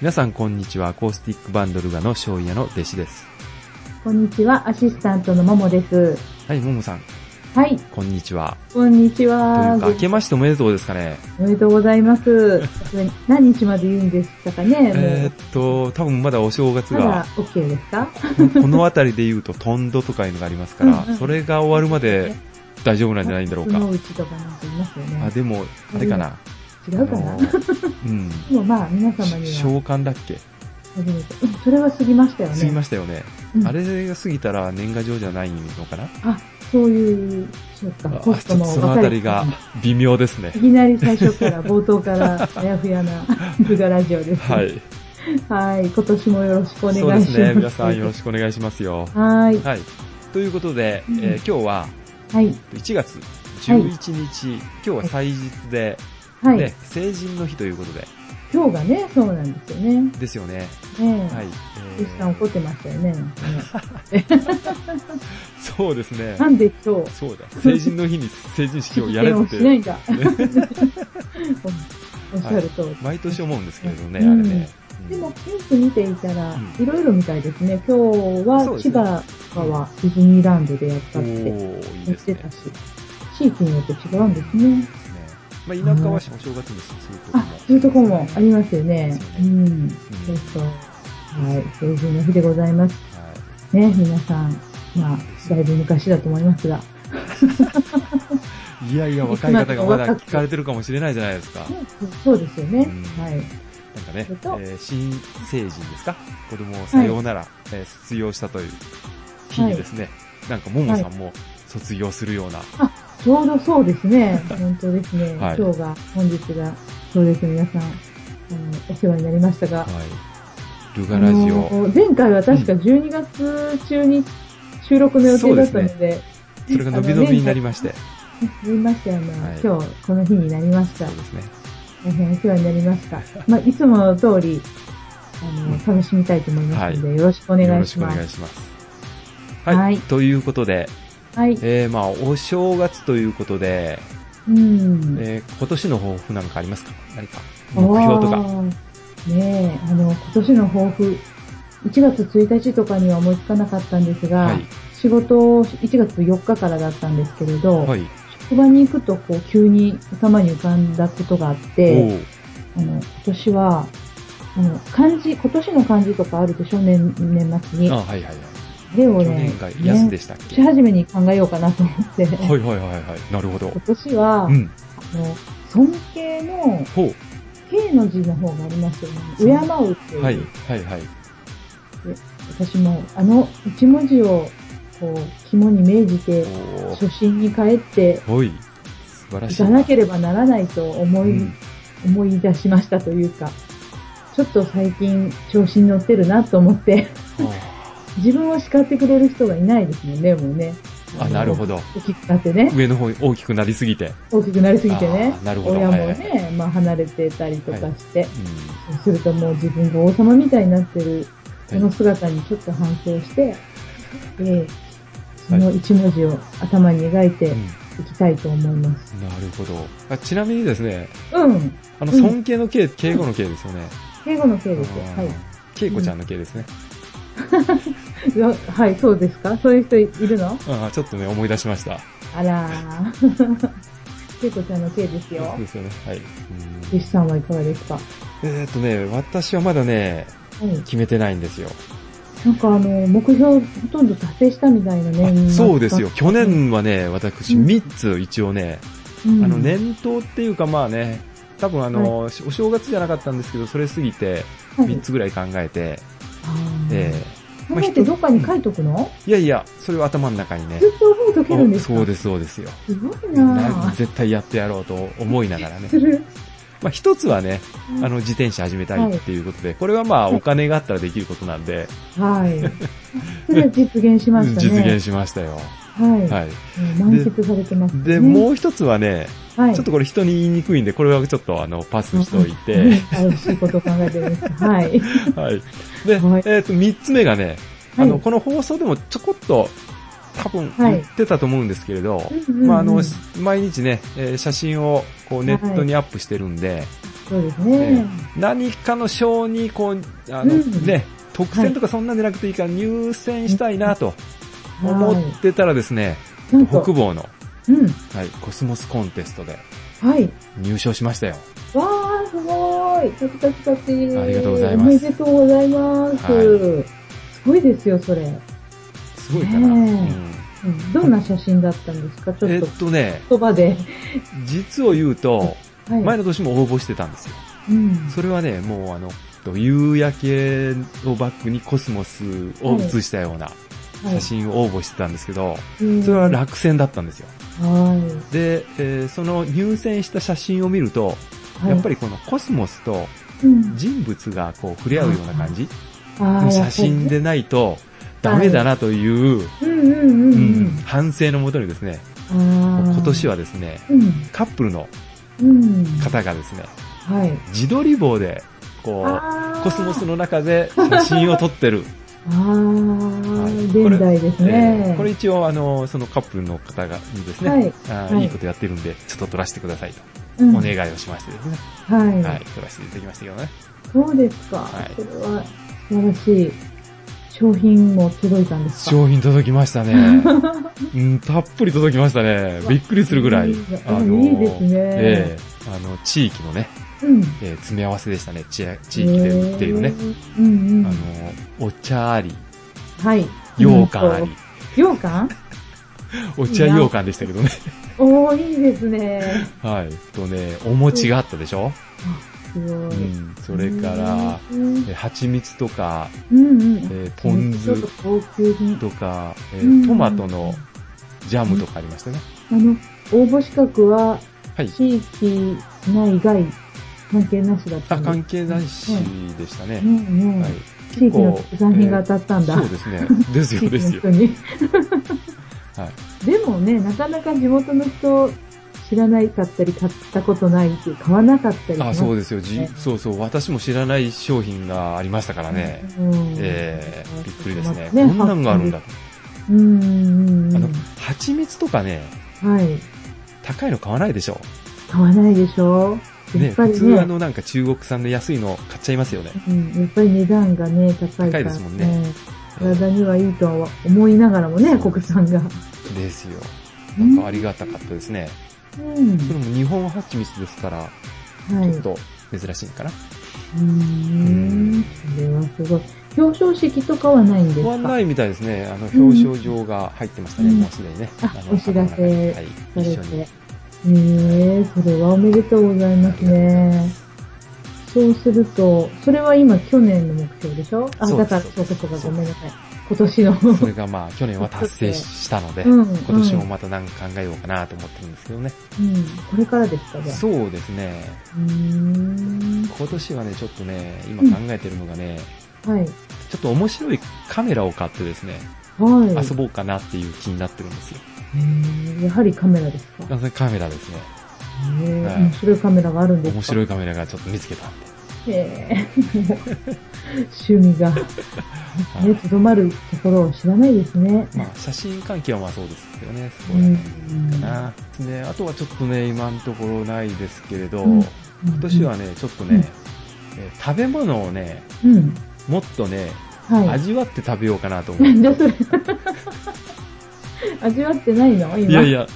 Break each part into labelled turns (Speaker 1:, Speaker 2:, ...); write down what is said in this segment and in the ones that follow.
Speaker 1: 皆さんこんにちは。アコースティックバンドルガの庄屋の弟子です。
Speaker 2: こんにちは、アシスタントのももです。
Speaker 1: はい、ももさん、
Speaker 2: はい、
Speaker 1: こんにちは。
Speaker 2: こんにち
Speaker 1: とい
Speaker 2: は
Speaker 1: うか、。明けましておめでとうですかね。
Speaker 2: おめでとうございます。それ何日まで言うんでしたかね。もう
Speaker 1: えーっと、多分まだお正月
Speaker 2: まだ
Speaker 1: が、
Speaker 2: OK ですか
Speaker 1: この辺りで言うとトンドとかいうのがありますか
Speaker 2: うんう
Speaker 1: ら、
Speaker 2: ん
Speaker 1: それが終わるまで大丈夫なんじゃないんだろう
Speaker 2: その
Speaker 1: か。
Speaker 2: うちとかなんかいますよ
Speaker 1: あ、
Speaker 2: ね。
Speaker 1: でも、あれかな。
Speaker 2: 違うかな
Speaker 1: あのーうん。
Speaker 2: でもまあ、皆様には
Speaker 1: 召喚だっけ
Speaker 2: 初めて。うんそれは過ぎましたよね。
Speaker 1: 過ぎましたよね。
Speaker 2: うん
Speaker 1: あれが過ぎたら年賀状じゃないのかな
Speaker 2: あ、そういう、ちょっと
Speaker 1: あち
Speaker 2: ホ
Speaker 1: ょっ
Speaker 2: スト
Speaker 1: と
Speaker 2: も
Speaker 1: そのあたりが微妙ですね
Speaker 2: い。きなり最初から、冒頭から、あやふや な、ズガラジオです。
Speaker 1: は。い。
Speaker 2: はい。今年もよろしくお願いし
Speaker 1: そう
Speaker 2: ま。
Speaker 1: ですすね。皆さんよろしくお願いしますよ。
Speaker 2: はい。
Speaker 1: はい。ということで、えー
Speaker 2: うん
Speaker 1: 今日は
Speaker 2: はい。
Speaker 1: 1月11日、今日は祭日で、
Speaker 2: はい。
Speaker 1: ね、成人の日ということで、
Speaker 2: 今日がね、そうなんですよね。ね
Speaker 1: ですよね。
Speaker 2: え。
Speaker 1: はい。え
Speaker 2: 吉さん怒っ
Speaker 1: ー、
Speaker 2: てましたよね。なんかね
Speaker 1: そうですね
Speaker 2: な。んで今日、
Speaker 1: そうだ。成人の日に成人式をや れ
Speaker 2: 出店
Speaker 1: っ
Speaker 2: をしな
Speaker 1: て、
Speaker 2: いんだ。おっしゃる通り。
Speaker 1: 毎年思うんですけれどね、
Speaker 2: うん
Speaker 1: あれね。うん
Speaker 2: でも、ニュース見ていたら
Speaker 1: うん、
Speaker 2: いろいろみたいですね。今日
Speaker 1: そう
Speaker 2: は
Speaker 1: です
Speaker 2: 千
Speaker 1: ね
Speaker 2: 葉はディズニーランドでやっ
Speaker 1: お
Speaker 2: たって言
Speaker 1: ー、いいで
Speaker 2: っ
Speaker 1: す
Speaker 2: て
Speaker 1: ね。
Speaker 2: たし、地域によって違うんですね。
Speaker 1: ねまあ、田舎はお正月にするとこも
Speaker 2: あ、そういうとこもありますよね
Speaker 1: そう。
Speaker 2: う
Speaker 1: ですう
Speaker 2: ん。ちょ
Speaker 1: ん
Speaker 2: っと、はい、成人の日でございます。
Speaker 1: はい
Speaker 2: ね、皆さん。まあ、だいぶ昔だと思いますが。
Speaker 1: いやいや、若い方がまだ聞かれてるかもしれないじゃないですか。
Speaker 2: そうですよね。
Speaker 1: うん
Speaker 2: はい。
Speaker 1: なんかね、え
Speaker 2: えっと
Speaker 1: ー新成人ですか子供をさようなら、えー卒業したという日にですね、なんかももさんも卒業するような、
Speaker 2: ちょうどそうですね。本当ですね。
Speaker 1: はい
Speaker 2: 今日が、本日が、そうです、皆さん。あの、お世話になりましたが。
Speaker 1: はい。ルガラジ
Speaker 2: あ
Speaker 1: オ、
Speaker 2: の前回は確か12月中に収録の予定だったの
Speaker 1: そ
Speaker 2: で、
Speaker 1: それが伸び伸びになりまして、
Speaker 2: 言いましたよね、
Speaker 1: はい
Speaker 2: 今日、この日になりました
Speaker 1: そう。ですね。
Speaker 2: 大変お世話になりました。まあ、いつもの通り、あの、楽しみたいと思いますので、よろしくお
Speaker 1: よ
Speaker 2: 願
Speaker 1: ろ
Speaker 2: い
Speaker 1: し
Speaker 2: し
Speaker 1: くお
Speaker 2: ま
Speaker 1: 願い
Speaker 2: す。
Speaker 1: します。はい。
Speaker 2: はい
Speaker 1: ということで、
Speaker 2: はい。
Speaker 1: えー、まあ、お正月ということで、
Speaker 2: うん。
Speaker 1: えー今年の抱負なんかありますか何か目標と
Speaker 2: あ
Speaker 1: か。
Speaker 2: ー。ねえ、あの、今年の抱負、1月1日とかには思いつかなかったんですが、
Speaker 1: はい。
Speaker 2: 仕事を1月4日からだったんですけれど、
Speaker 1: はい。
Speaker 2: 職場に行くとこう急に頭に浮かんだことがあっ
Speaker 1: お
Speaker 2: て、
Speaker 1: ー
Speaker 2: あの、今年は、あの、漢字、今年の漢字とかあるでしょ、年、年末に。
Speaker 1: あ、
Speaker 2: あ
Speaker 1: はいはいはい。
Speaker 2: れを
Speaker 1: 去
Speaker 2: ね
Speaker 1: 年、が安
Speaker 2: 年
Speaker 1: でしたっけ
Speaker 2: 始初めに考えようかなと思って、
Speaker 1: はいはいはいはい。なるほど
Speaker 2: 今。年は、
Speaker 1: うん。
Speaker 2: あの、尊敬の、
Speaker 1: ほう。
Speaker 2: 敬の字の方がありますよね。敬うっていう。
Speaker 1: はい、はい、はい。
Speaker 2: 私もあの一文字をこう肝に銘じて
Speaker 1: おー
Speaker 2: 初心に帰って
Speaker 1: おい。素晴ら
Speaker 2: い
Speaker 1: しいな。
Speaker 2: かなければならないと思い、
Speaker 1: うん
Speaker 2: 思い出しましたというか、ちょっと最近調子に乗ってるなと思って、 自分を叱ってくれる人がいないですもんね、もうね。
Speaker 1: あ、なるほ
Speaker 2: ど。
Speaker 1: ど。
Speaker 2: 大きくなってね、
Speaker 1: 上の方に大きくなりすぎて。
Speaker 2: 大きくなりすぎてね
Speaker 1: あー、なるほど
Speaker 2: 親も
Speaker 1: はい
Speaker 2: ね、まあ離れてたりとかして、
Speaker 1: うん
Speaker 2: そうするともう自分が王様みたいになってるこ
Speaker 1: は
Speaker 2: の
Speaker 1: い
Speaker 2: 姿にちょっと反省して、えーその一文字を頭に描いて
Speaker 1: うん
Speaker 2: いきたいと思います。
Speaker 1: なるほど。あちなみにですね、
Speaker 2: うん。
Speaker 1: あの、
Speaker 2: うん
Speaker 1: 尊敬の敬、敬語の敬ですよね。
Speaker 2: 敬語の敬ですよ。は
Speaker 1: あ
Speaker 2: い
Speaker 1: ー。敬子ちゃんの敬ですね。
Speaker 2: いやはい、そうですかそういう人いるの
Speaker 1: あーちょっとね、思い出しました。
Speaker 2: あら ー。敬子ちゃんの敬ですよ。
Speaker 1: ですよね。はい。うん
Speaker 2: 弟子さんはいかがですかは
Speaker 1: えーっとね、私はまだね、
Speaker 2: い。
Speaker 1: 決めてないんですよ。
Speaker 2: なんかあの、目標ほとんど達成したみたいな
Speaker 1: あ
Speaker 2: ね。
Speaker 1: そうですよ。。去年はね、私3つ一応ね、
Speaker 2: うん、
Speaker 1: あの、年頭っていうかまあね、多分あの、お正月じゃなかったんですけど、それ過ぎて、
Speaker 2: はい、
Speaker 1: 3つぐらい考えて、
Speaker 2: あー。
Speaker 1: ええ
Speaker 2: 考えてどっかに書いとくの
Speaker 1: いやいや、それは頭の中にね
Speaker 2: ず、っと本解けるんですか
Speaker 1: そうです、そうですよ。
Speaker 2: す。ごい
Speaker 1: な
Speaker 2: な
Speaker 1: 絶対やってやろうと思いながらね
Speaker 2: ぁ。。する。
Speaker 1: まあ一つはね、
Speaker 2: うん
Speaker 1: あの、自転車始めたいっていうことで、これはまあお金があったらできることなんで、
Speaker 2: はい。 それは実現しましたね。
Speaker 1: 実現しましたよ。
Speaker 2: はい。
Speaker 1: はい。
Speaker 2: もう満喫されてますね。
Speaker 1: で、もう一つはね、
Speaker 2: はい、
Speaker 1: ちょっとこれ人に言いにくいんで、これはちょっとあの、パスしておい
Speaker 2: うん
Speaker 1: て、
Speaker 2: 楽しいことを考えてるんです。はい。
Speaker 1: はい。で、
Speaker 2: はい
Speaker 1: えっと、三つ目がね、あ
Speaker 2: は
Speaker 1: の、
Speaker 2: い
Speaker 1: この放送でもちょこっと、多分
Speaker 2: はい
Speaker 1: 言ってたと思うんですけれど、
Speaker 2: うんうんうん
Speaker 1: まあ、あの、毎日ね、えー写真をこうネットにアップしてるんで、
Speaker 2: そうですね。
Speaker 1: 何かの賞に、こう、あの、
Speaker 2: うん
Speaker 1: ね、特選とかそんなんじゃなくていいから入選したいなと思ってたらですね、
Speaker 2: なんと、
Speaker 1: 北房の、
Speaker 2: うん。
Speaker 1: はい、コスモスコンテストで
Speaker 2: はい。
Speaker 1: 入賞しましたよ。
Speaker 2: わー、すごーい。カチカチカチ。
Speaker 1: ありがとうございます
Speaker 2: おめでとうございます。
Speaker 1: は
Speaker 2: すごいですよ、それ。う
Speaker 1: すごいかな。
Speaker 2: ねえ
Speaker 1: うん
Speaker 2: んどんな写真だったんですかちょ
Speaker 1: え
Speaker 2: っと
Speaker 1: っとね、
Speaker 2: 言葉で。
Speaker 1: 実を言うと、
Speaker 2: はい。
Speaker 1: 前の年も応募してたんですよ。
Speaker 2: うん。
Speaker 1: それはね、もうあの、夕焼けをバックにコスモスを写したような写真を応募してたんですけど、
Speaker 2: 真
Speaker 1: それは落選だったんですよ。
Speaker 2: は
Speaker 1: で、えーその入選した写真を見ると、
Speaker 2: い。
Speaker 1: やっぱ
Speaker 2: り、
Speaker 1: りこのコスモスと
Speaker 2: うん
Speaker 1: 人物がこう触れ合うような感じ
Speaker 2: あ
Speaker 1: の
Speaker 2: ー
Speaker 1: 写真。でないとダメだなという、
Speaker 2: やっぱりねうんうんう
Speaker 1: うん
Speaker 2: ん
Speaker 1: 反省のもとにですね、
Speaker 2: うん。
Speaker 1: 今年
Speaker 2: は。
Speaker 1: はですね、
Speaker 2: うん。
Speaker 1: カップルの
Speaker 2: うん。
Speaker 1: 方がですね、
Speaker 2: はい。
Speaker 1: 自撮り棒で、こう、
Speaker 2: あー
Speaker 1: コスモス。の中で写真を撮ってる。
Speaker 2: ああ、
Speaker 1: はい
Speaker 2: 現代です
Speaker 1: え
Speaker 2: ね
Speaker 1: ー。これ一応、あの、そのカップルの方がにですね、
Speaker 2: はい
Speaker 1: あー
Speaker 2: はい
Speaker 1: いいことやってるんで、ちょっと撮らせてくださいと、
Speaker 2: うん
Speaker 1: お願いをしましてですね、
Speaker 2: はい。
Speaker 1: はい、撮らせていただきましたけどね。
Speaker 2: そうですか。
Speaker 1: はい
Speaker 2: それは素晴らしい。商品も届いたんですか
Speaker 1: 商品届きま したね。うん、たっぷり届きましたね。びっくりするぐらい
Speaker 2: いい。いいですね
Speaker 1: ええあの、地域のね、
Speaker 2: うん。
Speaker 1: えー詰め合わせでしたね。地地域で売っているね
Speaker 2: へ。ー。うんうん。
Speaker 1: あの、お茶あり、
Speaker 2: はい。
Speaker 1: 羊羹あり、
Speaker 2: 羊羹
Speaker 1: お茶羊羹でしたけどね。
Speaker 2: おー、いいですね。
Speaker 1: はい。とね、お餅があったでしょ、
Speaker 2: すご
Speaker 1: う
Speaker 2: い。
Speaker 1: ん、それから、
Speaker 2: うん
Speaker 1: えー蜂蜜とか、
Speaker 2: うんうん。
Speaker 1: えーポン
Speaker 2: ちょっ
Speaker 1: 酢
Speaker 2: と高級品。
Speaker 1: とか、えー
Speaker 2: うん
Speaker 1: トマトのジャムとかありましたね。
Speaker 2: あの、応募資格は、
Speaker 1: はい。
Speaker 2: 地域内外、関係なしだった
Speaker 1: あ、
Speaker 2: んです
Speaker 1: 関係ないしでしたね。
Speaker 2: うんうん
Speaker 1: はい。
Speaker 2: 地域の特産品が当たったんだ。
Speaker 1: そうですね。です よ、です
Speaker 2: 地
Speaker 1: よ
Speaker 2: 域。の人に。
Speaker 1: はい。
Speaker 2: でもね、なかなか地元の人、知らないかったり、買ったことないし、買わなかったり
Speaker 1: あ、そう
Speaker 2: で
Speaker 1: ですよ。じ
Speaker 2: ね
Speaker 1: そうそう。私も知らない商品がありましたからね。。
Speaker 2: うん。
Speaker 1: えー、びっくりですね。
Speaker 2: ね
Speaker 1: こんなのがあるんだ。
Speaker 2: うんうん
Speaker 1: あ
Speaker 2: うん
Speaker 1: の、蜂蜜とかね、
Speaker 2: はい。
Speaker 1: 高いの買わないでしょ。
Speaker 2: 買わないでしょや
Speaker 1: ね、
Speaker 2: っぱ
Speaker 1: 普
Speaker 2: り
Speaker 1: 通
Speaker 2: ね
Speaker 1: あ、のなんか中国産で安いの買っちゃいますよね。
Speaker 2: うんやっぱり値段がね、高いから。
Speaker 1: 高いですもんね
Speaker 2: 体にはいいとは思いながらもね、国産が。
Speaker 1: ですよ。なんかありがたかったですね。
Speaker 2: うん。
Speaker 1: それも日本蜂蜜ですから、
Speaker 2: は
Speaker 1: ちょっと珍しいんかな。
Speaker 2: うーん。それはすごい。表彰式とかはないんですか
Speaker 1: 終わんないみたいですね。あの、表彰状が入ってましたね、
Speaker 2: うん
Speaker 1: もうすでにね。
Speaker 2: あ
Speaker 1: あの
Speaker 2: お知らせ
Speaker 1: はい、
Speaker 2: され
Speaker 1: 一
Speaker 2: て
Speaker 1: 緒に。。
Speaker 2: ええそれはおめでとうございますね。そうすると、それは今去年の目標でしょあ、
Speaker 1: そう
Speaker 2: だ
Speaker 1: です
Speaker 2: から、そうかそうか、ごめんなさい。今年の。
Speaker 1: それがま あ、去年は達成したので、
Speaker 2: うん
Speaker 1: 今
Speaker 2: うん
Speaker 1: 年もまた何か考えようかなと思ってるんですけどね。
Speaker 2: うん。これからですか、じゃあ。
Speaker 1: そうですね。
Speaker 2: うーん。
Speaker 1: 今年はね、ちょっとね、今考えてるのがね、
Speaker 2: はい。
Speaker 1: ちょっと面白いカメラを買ってですね、
Speaker 2: はい。
Speaker 1: 遊ぼうかなっていう気になってるんですよ。
Speaker 2: へえやはりカメラですか
Speaker 1: なぜカメラですね。
Speaker 2: へえ
Speaker 1: はい
Speaker 2: 面白いカメラがあるんですか
Speaker 1: 面白
Speaker 2: い。
Speaker 1: いカメラがちょっと見つけたんで。
Speaker 2: へえ趣味が、
Speaker 1: はい
Speaker 2: ね、とどまるところを知らないですね。
Speaker 1: まあ、写真関係はまあそうですけどね、そこ
Speaker 2: う
Speaker 1: ら
Speaker 2: ん
Speaker 1: 辺かな。ね、あとはちょっとね、今のところないですけれど、
Speaker 2: うん
Speaker 1: 今年はね、ちょっとね、
Speaker 2: うん
Speaker 1: えー食べ物をね、
Speaker 2: うん。
Speaker 1: もっとね、
Speaker 2: はい。
Speaker 1: 味わって食べようかなと思
Speaker 2: な
Speaker 1: う。
Speaker 2: んじゃそれ。 味わってないの今。
Speaker 1: いやいや、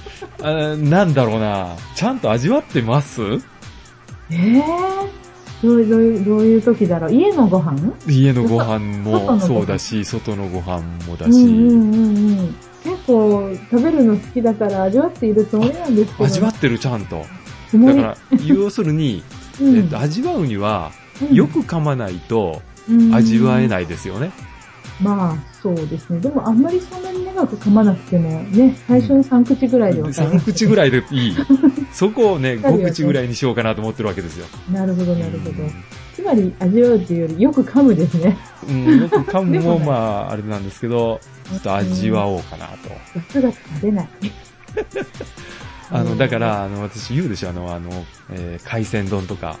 Speaker 1: あーなんだろうな、ちゃんと味わってます
Speaker 2: ええどういう、どういう、どういう時だろう家のご飯
Speaker 1: 家のご飯も
Speaker 2: 外のご飯
Speaker 1: そうだし、外のご飯もだ
Speaker 2: うんう
Speaker 1: し、
Speaker 2: んうんうん。結構、食べるの好きだから味わっているつもりなんですけど、
Speaker 1: 味わってるちゃんと。
Speaker 2: つも
Speaker 1: だ
Speaker 2: り
Speaker 1: から、要するに、
Speaker 2: うん
Speaker 1: えっと、味わうには、
Speaker 2: うん
Speaker 1: よく噛まないと味わえないですよね。
Speaker 2: まあ、そうですね。でも、あんまりそんなに長く噛まなくても、ね、最初の3口ぐ らいでわかりま
Speaker 1: 3
Speaker 2: す。
Speaker 1: 口ぐらいでい い。そこをね、
Speaker 2: かるよ
Speaker 1: 5口ぐらいにしようかなと思ってるわけですよ。
Speaker 2: なるほど、なるほど
Speaker 1: うん。
Speaker 2: つまり、味わうというより、よく噛むですね。
Speaker 1: うん、よく噛む
Speaker 2: でも
Speaker 1: も、
Speaker 2: ね
Speaker 1: まあ、あれなんですけど、ちょっと味わおうかなと。
Speaker 2: ガツガツ食べ ない。
Speaker 1: あの、だか、ら、あの、私言うでしょ、あの、あの、えー海鮮丼とか、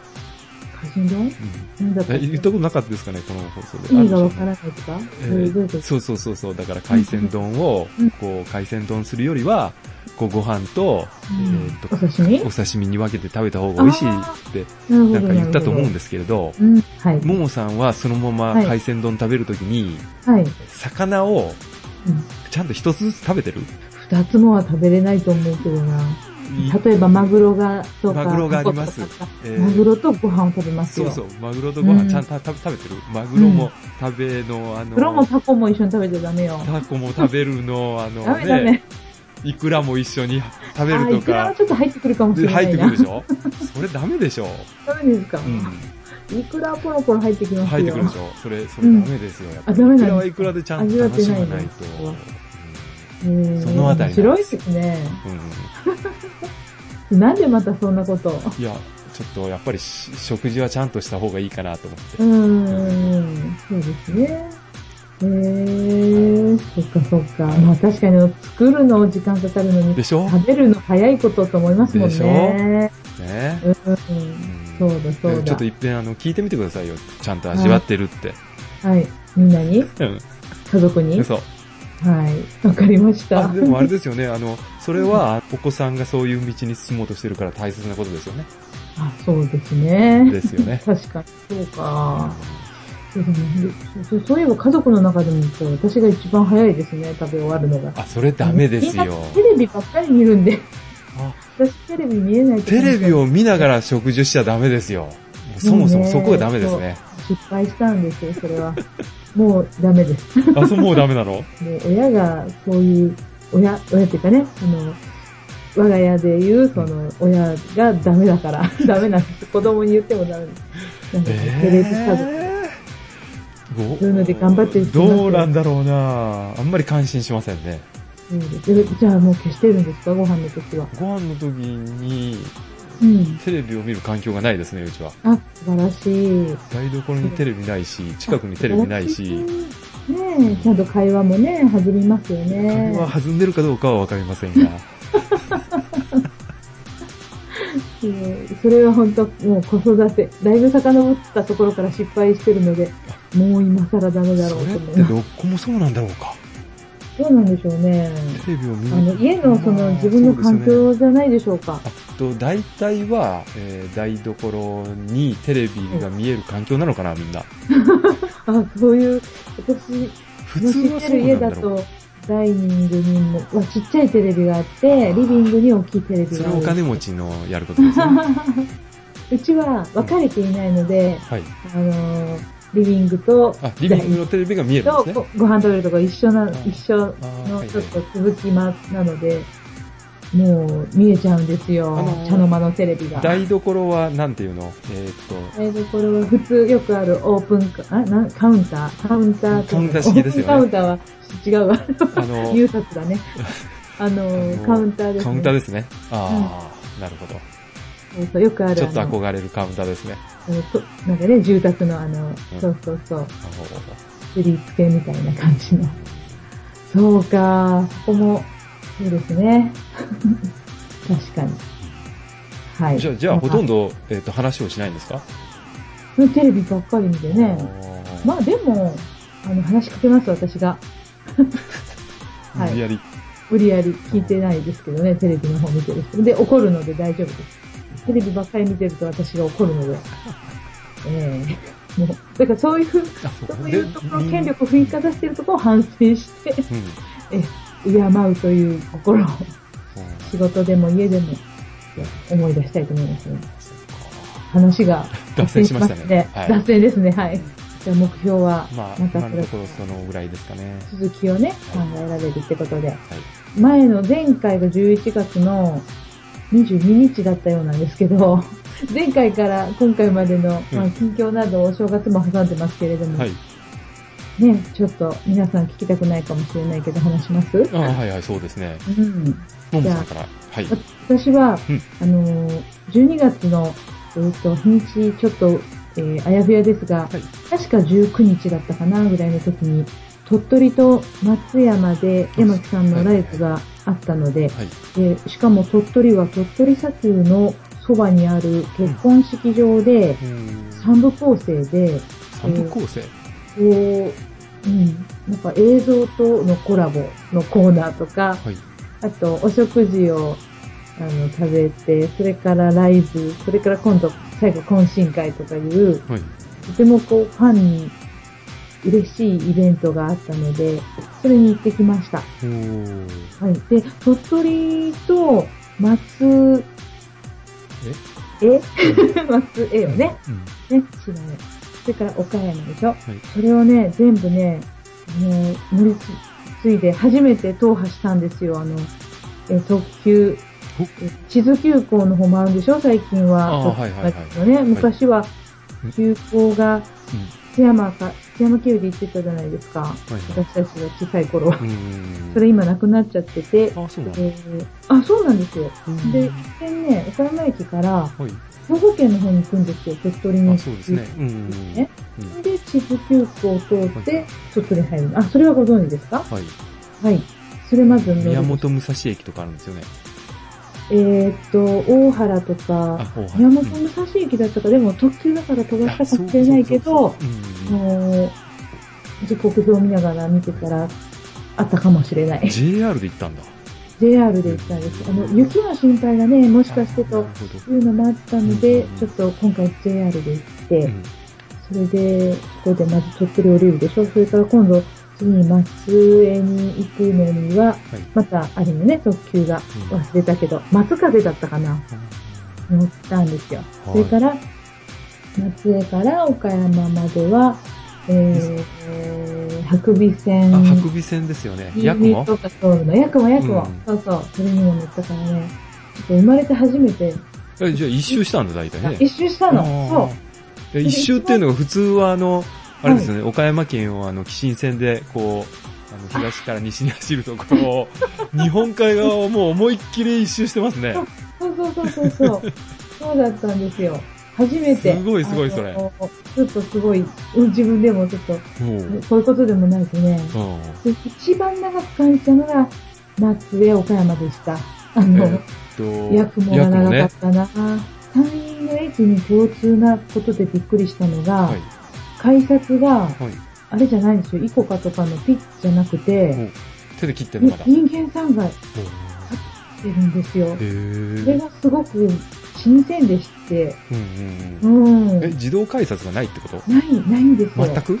Speaker 2: 歌人丼なんだったっ
Speaker 1: え
Speaker 2: け
Speaker 1: 言ったことなかったですかね、この放送で。
Speaker 2: 意味がわから
Speaker 1: ん。
Speaker 2: ないとか、
Speaker 1: え
Speaker 2: そういうどういうこ
Speaker 1: ー
Speaker 2: と
Speaker 1: そうそうそうそう、だから海鮮丼を
Speaker 2: うん、
Speaker 1: こう、海鮮丼するよりは、こう、ご飯と、
Speaker 2: う
Speaker 1: えー
Speaker 2: ん
Speaker 1: っ
Speaker 2: お
Speaker 1: と、
Speaker 2: 刺身
Speaker 1: お刺身に分けて食べた方が美味しい
Speaker 2: あ
Speaker 1: って、
Speaker 2: なるほ
Speaker 1: な
Speaker 2: ど。
Speaker 1: んか言ったと思うん
Speaker 2: で
Speaker 1: ですけれど、
Speaker 2: す。うん。はい。
Speaker 1: ももさんはそのまま海鮮丼食べるときに、
Speaker 2: はい。
Speaker 1: 魚を
Speaker 2: うん
Speaker 1: ちゃんと一つずつ食べてる
Speaker 2: 二つもは食べれないと思うけどな。例えばマグロが、とか。
Speaker 1: マグロがあります
Speaker 2: タコとか
Speaker 1: えー
Speaker 2: マグロとご飯を食べます
Speaker 1: そ
Speaker 2: よ。
Speaker 1: うそう、マグロとご飯
Speaker 2: うん
Speaker 1: ちゃんと食べ食べてる。マグロも食べの、あ
Speaker 2: マグロも
Speaker 1: の、
Speaker 2: タコも一緒に食べちゃダメよ。
Speaker 1: タコも食べるの、あの
Speaker 2: ダメダメ
Speaker 1: ね、。いくらも一緒に食べ
Speaker 2: あ、
Speaker 1: る
Speaker 2: い
Speaker 1: と
Speaker 2: くらは
Speaker 1: か、
Speaker 2: ちょっと入ってくるかもし
Speaker 1: で
Speaker 2: れな
Speaker 1: 入っ
Speaker 2: い
Speaker 1: てく
Speaker 2: な。
Speaker 1: るでしょそれダメでしょ
Speaker 2: ダメですか、
Speaker 1: う
Speaker 2: いくらポロポロ入ってき
Speaker 1: ん。
Speaker 2: ますよ。
Speaker 1: 入ってくるでしょそれ、それダメですよ。やっぱり
Speaker 2: あダメなん
Speaker 1: いく
Speaker 2: です
Speaker 1: ら
Speaker 2: か
Speaker 1: はいくらでちゃんと楽しまないと。
Speaker 2: 味
Speaker 1: う
Speaker 2: わ
Speaker 1: ん
Speaker 2: ってうん
Speaker 1: そのあたりなんです
Speaker 2: 白いですね。
Speaker 1: うん
Speaker 2: なんでまたそんなこと
Speaker 1: いや、ちょっとやっぱりし食事はちゃんとした方がいいかなと思って
Speaker 2: う。ーん、そうですね。えー、そっかそっか。まあ確かに作るの時間かかるのに
Speaker 1: で、しょ
Speaker 2: 食べるの早いことと思いますもんね。
Speaker 1: ね。
Speaker 2: うん、
Speaker 1: うん
Speaker 2: そうだそうだ。
Speaker 1: ちょっと一遍あの聞いてみてくださいよ。ちゃんと味わってるって。
Speaker 2: はい。みんなに
Speaker 1: う
Speaker 2: 家族に
Speaker 1: ん。そう。
Speaker 2: はい。わかりました。
Speaker 1: あ、でもあれですよね。あの、それはお子さんがそういう道に進もうとしてるから大切なことですよね。
Speaker 2: あ、そうですね。
Speaker 1: ですよね
Speaker 2: 確かに、そうか。そうだねそうそういえば家族の中でもそう私が一番早いですね、食べ終わるのが。
Speaker 1: あ、それダメです
Speaker 2: みん
Speaker 1: よ
Speaker 2: な。テレビばっかり見るんで。
Speaker 1: あ
Speaker 2: 私テレビ見えない
Speaker 1: テレビ
Speaker 2: を
Speaker 1: を見ながら食事しちゃダメですよ。もうそもそもそこがダメですね。
Speaker 2: 失敗したんですよ、それは。もうダメです。
Speaker 1: あ、そうもうダメなの
Speaker 2: もう親がそういう、親、親っていうかね、あの、我が家で言う、その、親がダメだから、 ダメなんです。子供に言ってもダメです。なんかね、テレビ家族。
Speaker 1: えー
Speaker 2: そういうので頑張ってる人いますよ
Speaker 1: どうなんだろうなあんまり感心しませんね。
Speaker 2: そうですえじゃあもう消してるんですか、ご飯の時は。
Speaker 1: ご飯の時に
Speaker 2: うん。
Speaker 1: テレビを見る環境がないですね、うちは。
Speaker 2: あ、素晴らしい。
Speaker 1: 台所にテレビないし、近くにテレビないし、
Speaker 2: ねえ、ちゃんと会話もね、弾みますよ
Speaker 1: 会
Speaker 2: ね。
Speaker 1: 話弾んでるかどうかはわかりませんが。
Speaker 2: うんそれは本当もう子育て、だいぶ遡ったところから失敗してるので、もう今更ダメだろ
Speaker 1: そうれっ
Speaker 2: と思い
Speaker 1: て
Speaker 2: ます。
Speaker 1: どこもそうなんだろうか。
Speaker 2: どうなんでしょうね。
Speaker 1: テレビを見
Speaker 2: あ
Speaker 1: る
Speaker 2: の、家のその自分の環境じゃないでしょうか。
Speaker 1: と、大体は、えー台所にテレビが見える環境なのかな、みんな。
Speaker 2: あ、そういう、私、
Speaker 1: 普
Speaker 2: の
Speaker 1: 通
Speaker 2: 知
Speaker 1: は
Speaker 2: って
Speaker 1: そう
Speaker 2: る
Speaker 1: な
Speaker 2: 家
Speaker 1: んだ
Speaker 2: だ
Speaker 1: ろう。
Speaker 2: と、ダイニングにも、わちっちゃいテレビがあって、リビングに大きいテレビ
Speaker 1: そ
Speaker 2: が
Speaker 1: れ
Speaker 2: あ
Speaker 1: は
Speaker 2: る。
Speaker 1: お金持ちのやることですよね。
Speaker 2: うちは分かれていないので、
Speaker 1: はい。
Speaker 2: あのーリビングと、
Speaker 1: あ、リビングのテレビが見えるんですね。
Speaker 2: とごご飯食べるとこ一緒な、
Speaker 1: ん
Speaker 2: 一緒
Speaker 1: あーは
Speaker 2: の
Speaker 1: い
Speaker 2: ちょっと続きま、なので、もう見えちゃうんですよ。
Speaker 1: あのー
Speaker 2: 茶の間のテレビが。
Speaker 1: 台所は、なんていうのえーっ
Speaker 2: 台所は普通よくあるオープンカあなカウンターカウンターと
Speaker 1: カウンター式ですよね
Speaker 2: オープンカウンターは違うわ。
Speaker 1: と、あ の、
Speaker 2: 入札 だね。あのー
Speaker 1: あのー
Speaker 2: カウンターです、ね。
Speaker 1: カウンターですね。ああ、なるほど。
Speaker 2: そうそうよくある
Speaker 1: ちょっと
Speaker 2: あの
Speaker 1: 憧れるカウンターですね。
Speaker 2: あのとなんかね、住宅のあの、
Speaker 1: うん
Speaker 2: そうそうそう、
Speaker 1: なるほど
Speaker 2: 振り付けみたいな感じの。そうか、ここも、そうですね。 確かに。はい。
Speaker 1: じゃあ、じゃあ、ほとん
Speaker 2: ど。
Speaker 1: ど、えーっと、話をしないんですか
Speaker 2: テレビばっかり見てね。まあでも、あの、話しかけます、私が。
Speaker 1: あー
Speaker 2: はい
Speaker 1: 無理やり。
Speaker 2: 無理やり聞いてないですけどね、テレビの方見てる人。で、怒るので大丈夫です。テレビばっかり見てると私が怒るので。ええもう、だからそういう、
Speaker 1: あ
Speaker 2: そういうところ、権力を振りかざしてるところを反省して、
Speaker 1: うん。
Speaker 2: ええ、敬うという心を。
Speaker 1: うん
Speaker 2: 仕事でも家でも思い出したいと思いますね。話が
Speaker 1: 脱線しましたね
Speaker 2: 脱線
Speaker 1: はい
Speaker 2: 脱線ですね、はい。じゃあ目標は、
Speaker 1: まあ、
Speaker 2: また
Speaker 1: 今
Speaker 2: そ
Speaker 1: の
Speaker 2: れ
Speaker 1: ところそのぐらいですかね。
Speaker 2: 続きをね、考
Speaker 1: はい
Speaker 2: えられるってことで。
Speaker 1: はい。
Speaker 2: 前の前回が11月の22日だったようなんですけど、 前回から今回までの、
Speaker 1: うん
Speaker 2: まあ、近況などお正月も挟んでますけれども、
Speaker 1: はい。
Speaker 2: ね、ちょっと皆さん聞きたくないかもしれないけど話します
Speaker 1: あはいはい、そうですね。
Speaker 2: うん。
Speaker 1: ももさんから。はい。
Speaker 2: 私は、
Speaker 1: うん
Speaker 2: あのー、12月の、えー、と日にちちょっと、えーあやふやですが、
Speaker 1: はい
Speaker 2: 確か19日だったかなぐらいの時に、鳥取と松山で山木さんのライブがあったので、
Speaker 1: はい。
Speaker 2: でしかも鳥取は鳥取砂丘のそばにある結婚式場で、
Speaker 1: うん
Speaker 2: 三部構成で、
Speaker 1: 三部構成
Speaker 2: こう、うん、なんか映像とのコラボのコーナーとか、
Speaker 1: はい。
Speaker 2: あと、お食事を、あの、食べて、それからライブ、それから今度、最後、懇親会とかいう、
Speaker 1: はい。
Speaker 2: とてもこう、ファンに嬉しいイベントがあったので、それに行ってきました。
Speaker 1: おー
Speaker 2: はい。で、鳥取と松、え 松江をね、
Speaker 1: うん。
Speaker 2: ね、違う。それから岡山でしょ。
Speaker 1: はい。
Speaker 2: それをね、全部ね、もう乗り継いで初めて踏破したんですよ。あの、え特急
Speaker 1: お、
Speaker 2: え地図急行の方もあるんでしょ最近は。
Speaker 1: あーはいはいはい
Speaker 2: 特急のね、昔は急行が
Speaker 1: うん。
Speaker 2: 津山か、津山急で行ってたじゃないですか。
Speaker 1: はいはい。
Speaker 2: 私たちが小さい頃は。
Speaker 1: うん
Speaker 2: それ今なくなっちゃってて、
Speaker 1: あ、そうな
Speaker 2: え
Speaker 1: んだ。
Speaker 2: ーあ、そうなんですよ。
Speaker 1: うん
Speaker 2: で、一見ね、岡山駅から
Speaker 1: はい。
Speaker 2: 兵庫県の方に行くんですよ、鳥取に。
Speaker 1: あ、そうですね。うんうんうん。
Speaker 2: ね
Speaker 1: うん
Speaker 2: で、地図急行を通っ
Speaker 1: は
Speaker 2: て
Speaker 1: い、
Speaker 2: 鳥取に入るの。あ、それはご存知ですか
Speaker 1: はい。
Speaker 2: はい。それまず乗る
Speaker 1: 宮本武蔵駅とかあるんですよね。
Speaker 2: えーっと、大原とか、
Speaker 1: あ、大原
Speaker 2: 宮本武蔵駅だったか、でも特急だから飛ばしたかもしれないけ
Speaker 1: あ
Speaker 2: ど
Speaker 1: そう、そうそうそううん
Speaker 2: もう、時刻表を見ながら見てたら、あったかもしれな
Speaker 1: うん
Speaker 2: い。
Speaker 1: JR で行ったんだ。
Speaker 2: JR で行ったんです。あの、雪の心配がね、もしかしてと
Speaker 1: な、るほど。
Speaker 2: いうのもあったので
Speaker 1: うん、
Speaker 2: ちょっと今回 JR で行っ
Speaker 1: う
Speaker 2: て、
Speaker 1: ん
Speaker 2: それで、そこでまず鳥取降りるでしょ。それから今度、次に松江に行くのには、
Speaker 1: はい
Speaker 2: またあれのね、特急が
Speaker 1: うん
Speaker 2: 忘れたけど、松風だったかな乗ったんですよ。
Speaker 1: はい
Speaker 2: それから、松江から岡山までは、えーえー、白尾線
Speaker 1: あ、、白尾線ですよね。ヤクモ
Speaker 2: とか通るの。ヤクモ、ヤクモ。
Speaker 1: うん
Speaker 2: そうそう、それにも乗ったからね、ちょっと生まれて初めて、
Speaker 1: えじゃあ一周したんだ、大体ね。
Speaker 2: 一周したの。そう。
Speaker 1: う。一周っていうのが普通はあの、あれですよね、岡山県をあの、紀新線で、こう、あの、東から西に走るところを、 日本海側をもう思いっきり一周してますね。
Speaker 2: そうそうそうそうそう。そうだったんですよ。初めて。
Speaker 1: すごいすごいそれ
Speaker 2: あのちょっとすごい、うん自分でもちょっと、
Speaker 1: もう。
Speaker 2: こういうことでもないとね。
Speaker 1: うん
Speaker 2: で一番長く感じたのが、松江岡山でした。あ
Speaker 1: え
Speaker 2: の
Speaker 1: ーっ、と、
Speaker 2: ヤクモが
Speaker 1: ヤクモ
Speaker 2: 長か
Speaker 1: ね
Speaker 2: っ。たな。山陰の駅に共通なことでびっくりしたのが、
Speaker 1: はい。
Speaker 2: 改札が、
Speaker 1: はい。
Speaker 2: あれじゃないんですよ、イコカとかのピッじゃなく
Speaker 1: う
Speaker 2: て、
Speaker 1: ん手で切ってるのまだ。
Speaker 2: 人間さんが来
Speaker 1: うん
Speaker 2: てるんですよ
Speaker 1: へ。ー
Speaker 2: それがすごく新鮮でして、
Speaker 1: うんうんう
Speaker 2: う
Speaker 1: ん
Speaker 2: ん。
Speaker 1: え、
Speaker 2: ない、
Speaker 1: 自動改札がないってこと
Speaker 2: ないんですよ。
Speaker 1: 全く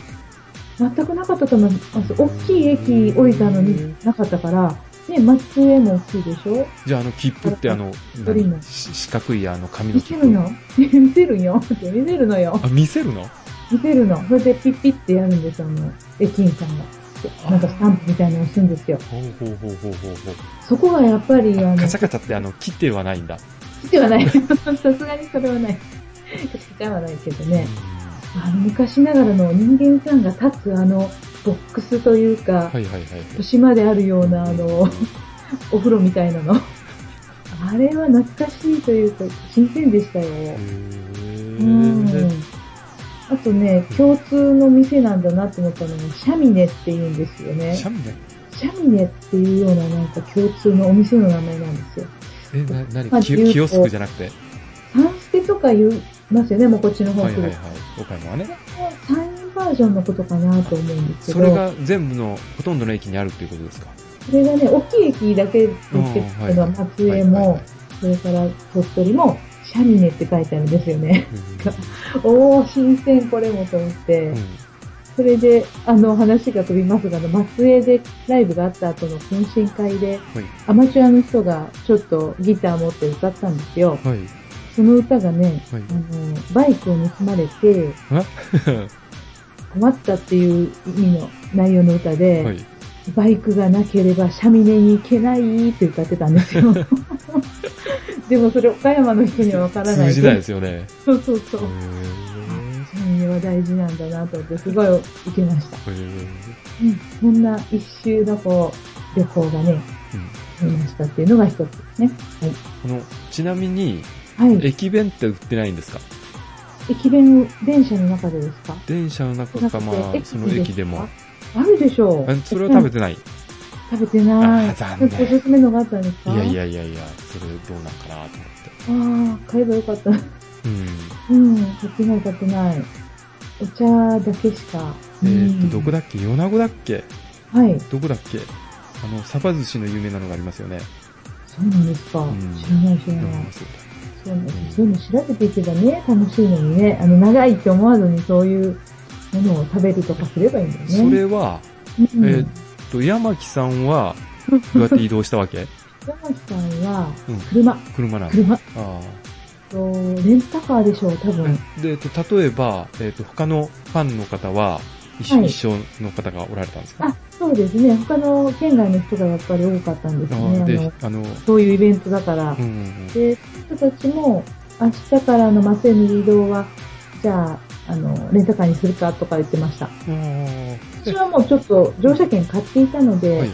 Speaker 2: 全くなかったと思います。大きい駅降りたのになかったから、ね、松江も大きいでしょ
Speaker 1: じゃあ、あの、切符ってあの、
Speaker 2: どれの
Speaker 1: 何し四角いあの紙の
Speaker 2: 見せ
Speaker 1: 切
Speaker 2: る
Speaker 1: 符。
Speaker 2: の見せるよ って見せるのよ。
Speaker 1: あ、見せるの
Speaker 2: 見せるの。それでピッピッってやるんですよ、あの、駅員さんが。なんかスタンプみたいなのを押すんですよ。
Speaker 1: ほうほうほうほうほうほう。
Speaker 2: そこがやっぱり、あの、
Speaker 1: カチャカチャってあの、切ってはないんだ。
Speaker 2: 来てはない。 さすがにそれはない。来てはないけどね。あの、昔ながらの人間さんが立つあの、ボックスというか、
Speaker 1: はいはいはい。
Speaker 2: 島であるような、あの、お風呂みたいなの。 あれは懐かしいというか、新鮮でしたよ。
Speaker 1: へー
Speaker 2: うん
Speaker 1: で。
Speaker 2: あとね、共通の店なんだなと思ったのが、シャミネって言うんですよね。
Speaker 1: シャミネ
Speaker 2: シャミネっていうようななんか共通のお店の名前なんですよ。
Speaker 1: え、な、なに
Speaker 2: まあ
Speaker 1: キ
Speaker 2: 流行
Speaker 1: キオスクじゃなくて。
Speaker 2: サンスケとか言いますよね、もうこっちの方
Speaker 1: は
Speaker 2: 来
Speaker 1: い
Speaker 2: る
Speaker 1: は
Speaker 2: と。
Speaker 1: いはい。岡山はね。
Speaker 2: サインバージョンのことかなと思うんですけ
Speaker 1: そ
Speaker 2: ど。
Speaker 1: れが全部の、ほとんどの駅にあるっていうことですか
Speaker 2: それがね、大きい駅だけですけど、松江も、それから鳥取も、シャミネって書いてあるんですよね。がおー、新鮮これもと思って。それで、あの、話が飛びますが、あの松江でライブがあった後の懇親会で、アマチュアの人がちょっとギター持って歌ったんですよ。
Speaker 1: はい。
Speaker 2: その歌がね、
Speaker 1: はい
Speaker 2: あの、バイクを盗まれ て困ったっていう意味の内容の歌で、
Speaker 1: はい。はい。
Speaker 2: バイクがなければシャミネに行けないって歌ってたんで すよ。でもそれ岡山の人にはわからない。
Speaker 1: 通じないですよね。
Speaker 2: そうそうそう
Speaker 1: へ。ー
Speaker 2: シャミネは大事なんだなと思って、すごい受けました。
Speaker 1: へー
Speaker 2: うん。そんな一周のこう、旅行がね、
Speaker 1: うん
Speaker 2: ありましたっていうのが一つですね。
Speaker 1: あの、ちなみに、
Speaker 2: はい。
Speaker 1: 駅弁って売ってないんですか
Speaker 2: 駅弁、電車の中でですか
Speaker 1: 電車の中か、ま
Speaker 2: なく
Speaker 1: あ、
Speaker 2: て
Speaker 1: その駅で
Speaker 2: です
Speaker 1: も。
Speaker 2: かあるでしょ
Speaker 1: あ
Speaker 2: う。
Speaker 1: それは食べ
Speaker 2: て、
Speaker 1: てない。
Speaker 2: 食食べてない。
Speaker 1: あー残念
Speaker 2: ちょっとおすすめのがあったんですか
Speaker 1: いやいやいやいや、それどうなんかなと思って。
Speaker 2: ああ、買えばよ かった。
Speaker 1: うん。
Speaker 2: うん、買ってない買ってない。お茶だけしか。
Speaker 1: えーっ
Speaker 2: う
Speaker 1: と、
Speaker 2: ん
Speaker 1: どこだっけ米子だっけ
Speaker 2: はい。
Speaker 1: どこだっけあの、サバ寿司の有名なのがありますよね。
Speaker 2: そうなんですか。
Speaker 1: ん
Speaker 2: 知らない知ら
Speaker 1: う
Speaker 2: ない。
Speaker 1: んそう
Speaker 2: そうなんです。そういうの調べていけばね、楽しいのにね、あの、長いって思わずにそういうものを食べるとかすればいいんだよね。
Speaker 1: だそれは、
Speaker 2: うん、
Speaker 1: えーっと、山木さんは、どうやって移動したわけ
Speaker 2: 山木さんは
Speaker 1: うん、
Speaker 2: 車、
Speaker 1: 車なんだ。
Speaker 2: 車、
Speaker 1: ああ。
Speaker 2: とレンタカーでしょう、多分。
Speaker 1: で、えっと、例えば、えっと、他のファンの方は、一緒
Speaker 2: はい
Speaker 1: 一緒の方がおられたんですか、
Speaker 2: あ、そうですね。他の県外の人がやっぱり多かったんです
Speaker 1: ああ
Speaker 2: ね。あ
Speaker 1: で
Speaker 2: の、
Speaker 1: あの、うん
Speaker 2: そういうイベントだから。
Speaker 1: うんうん、
Speaker 2: で、人たちも、明日からの松江の移動は、じゃあ、あの、レンタカーにするかとか言ってました。
Speaker 1: あー
Speaker 2: 私はもうちょっと乗車券買っていたので、
Speaker 1: はいはい。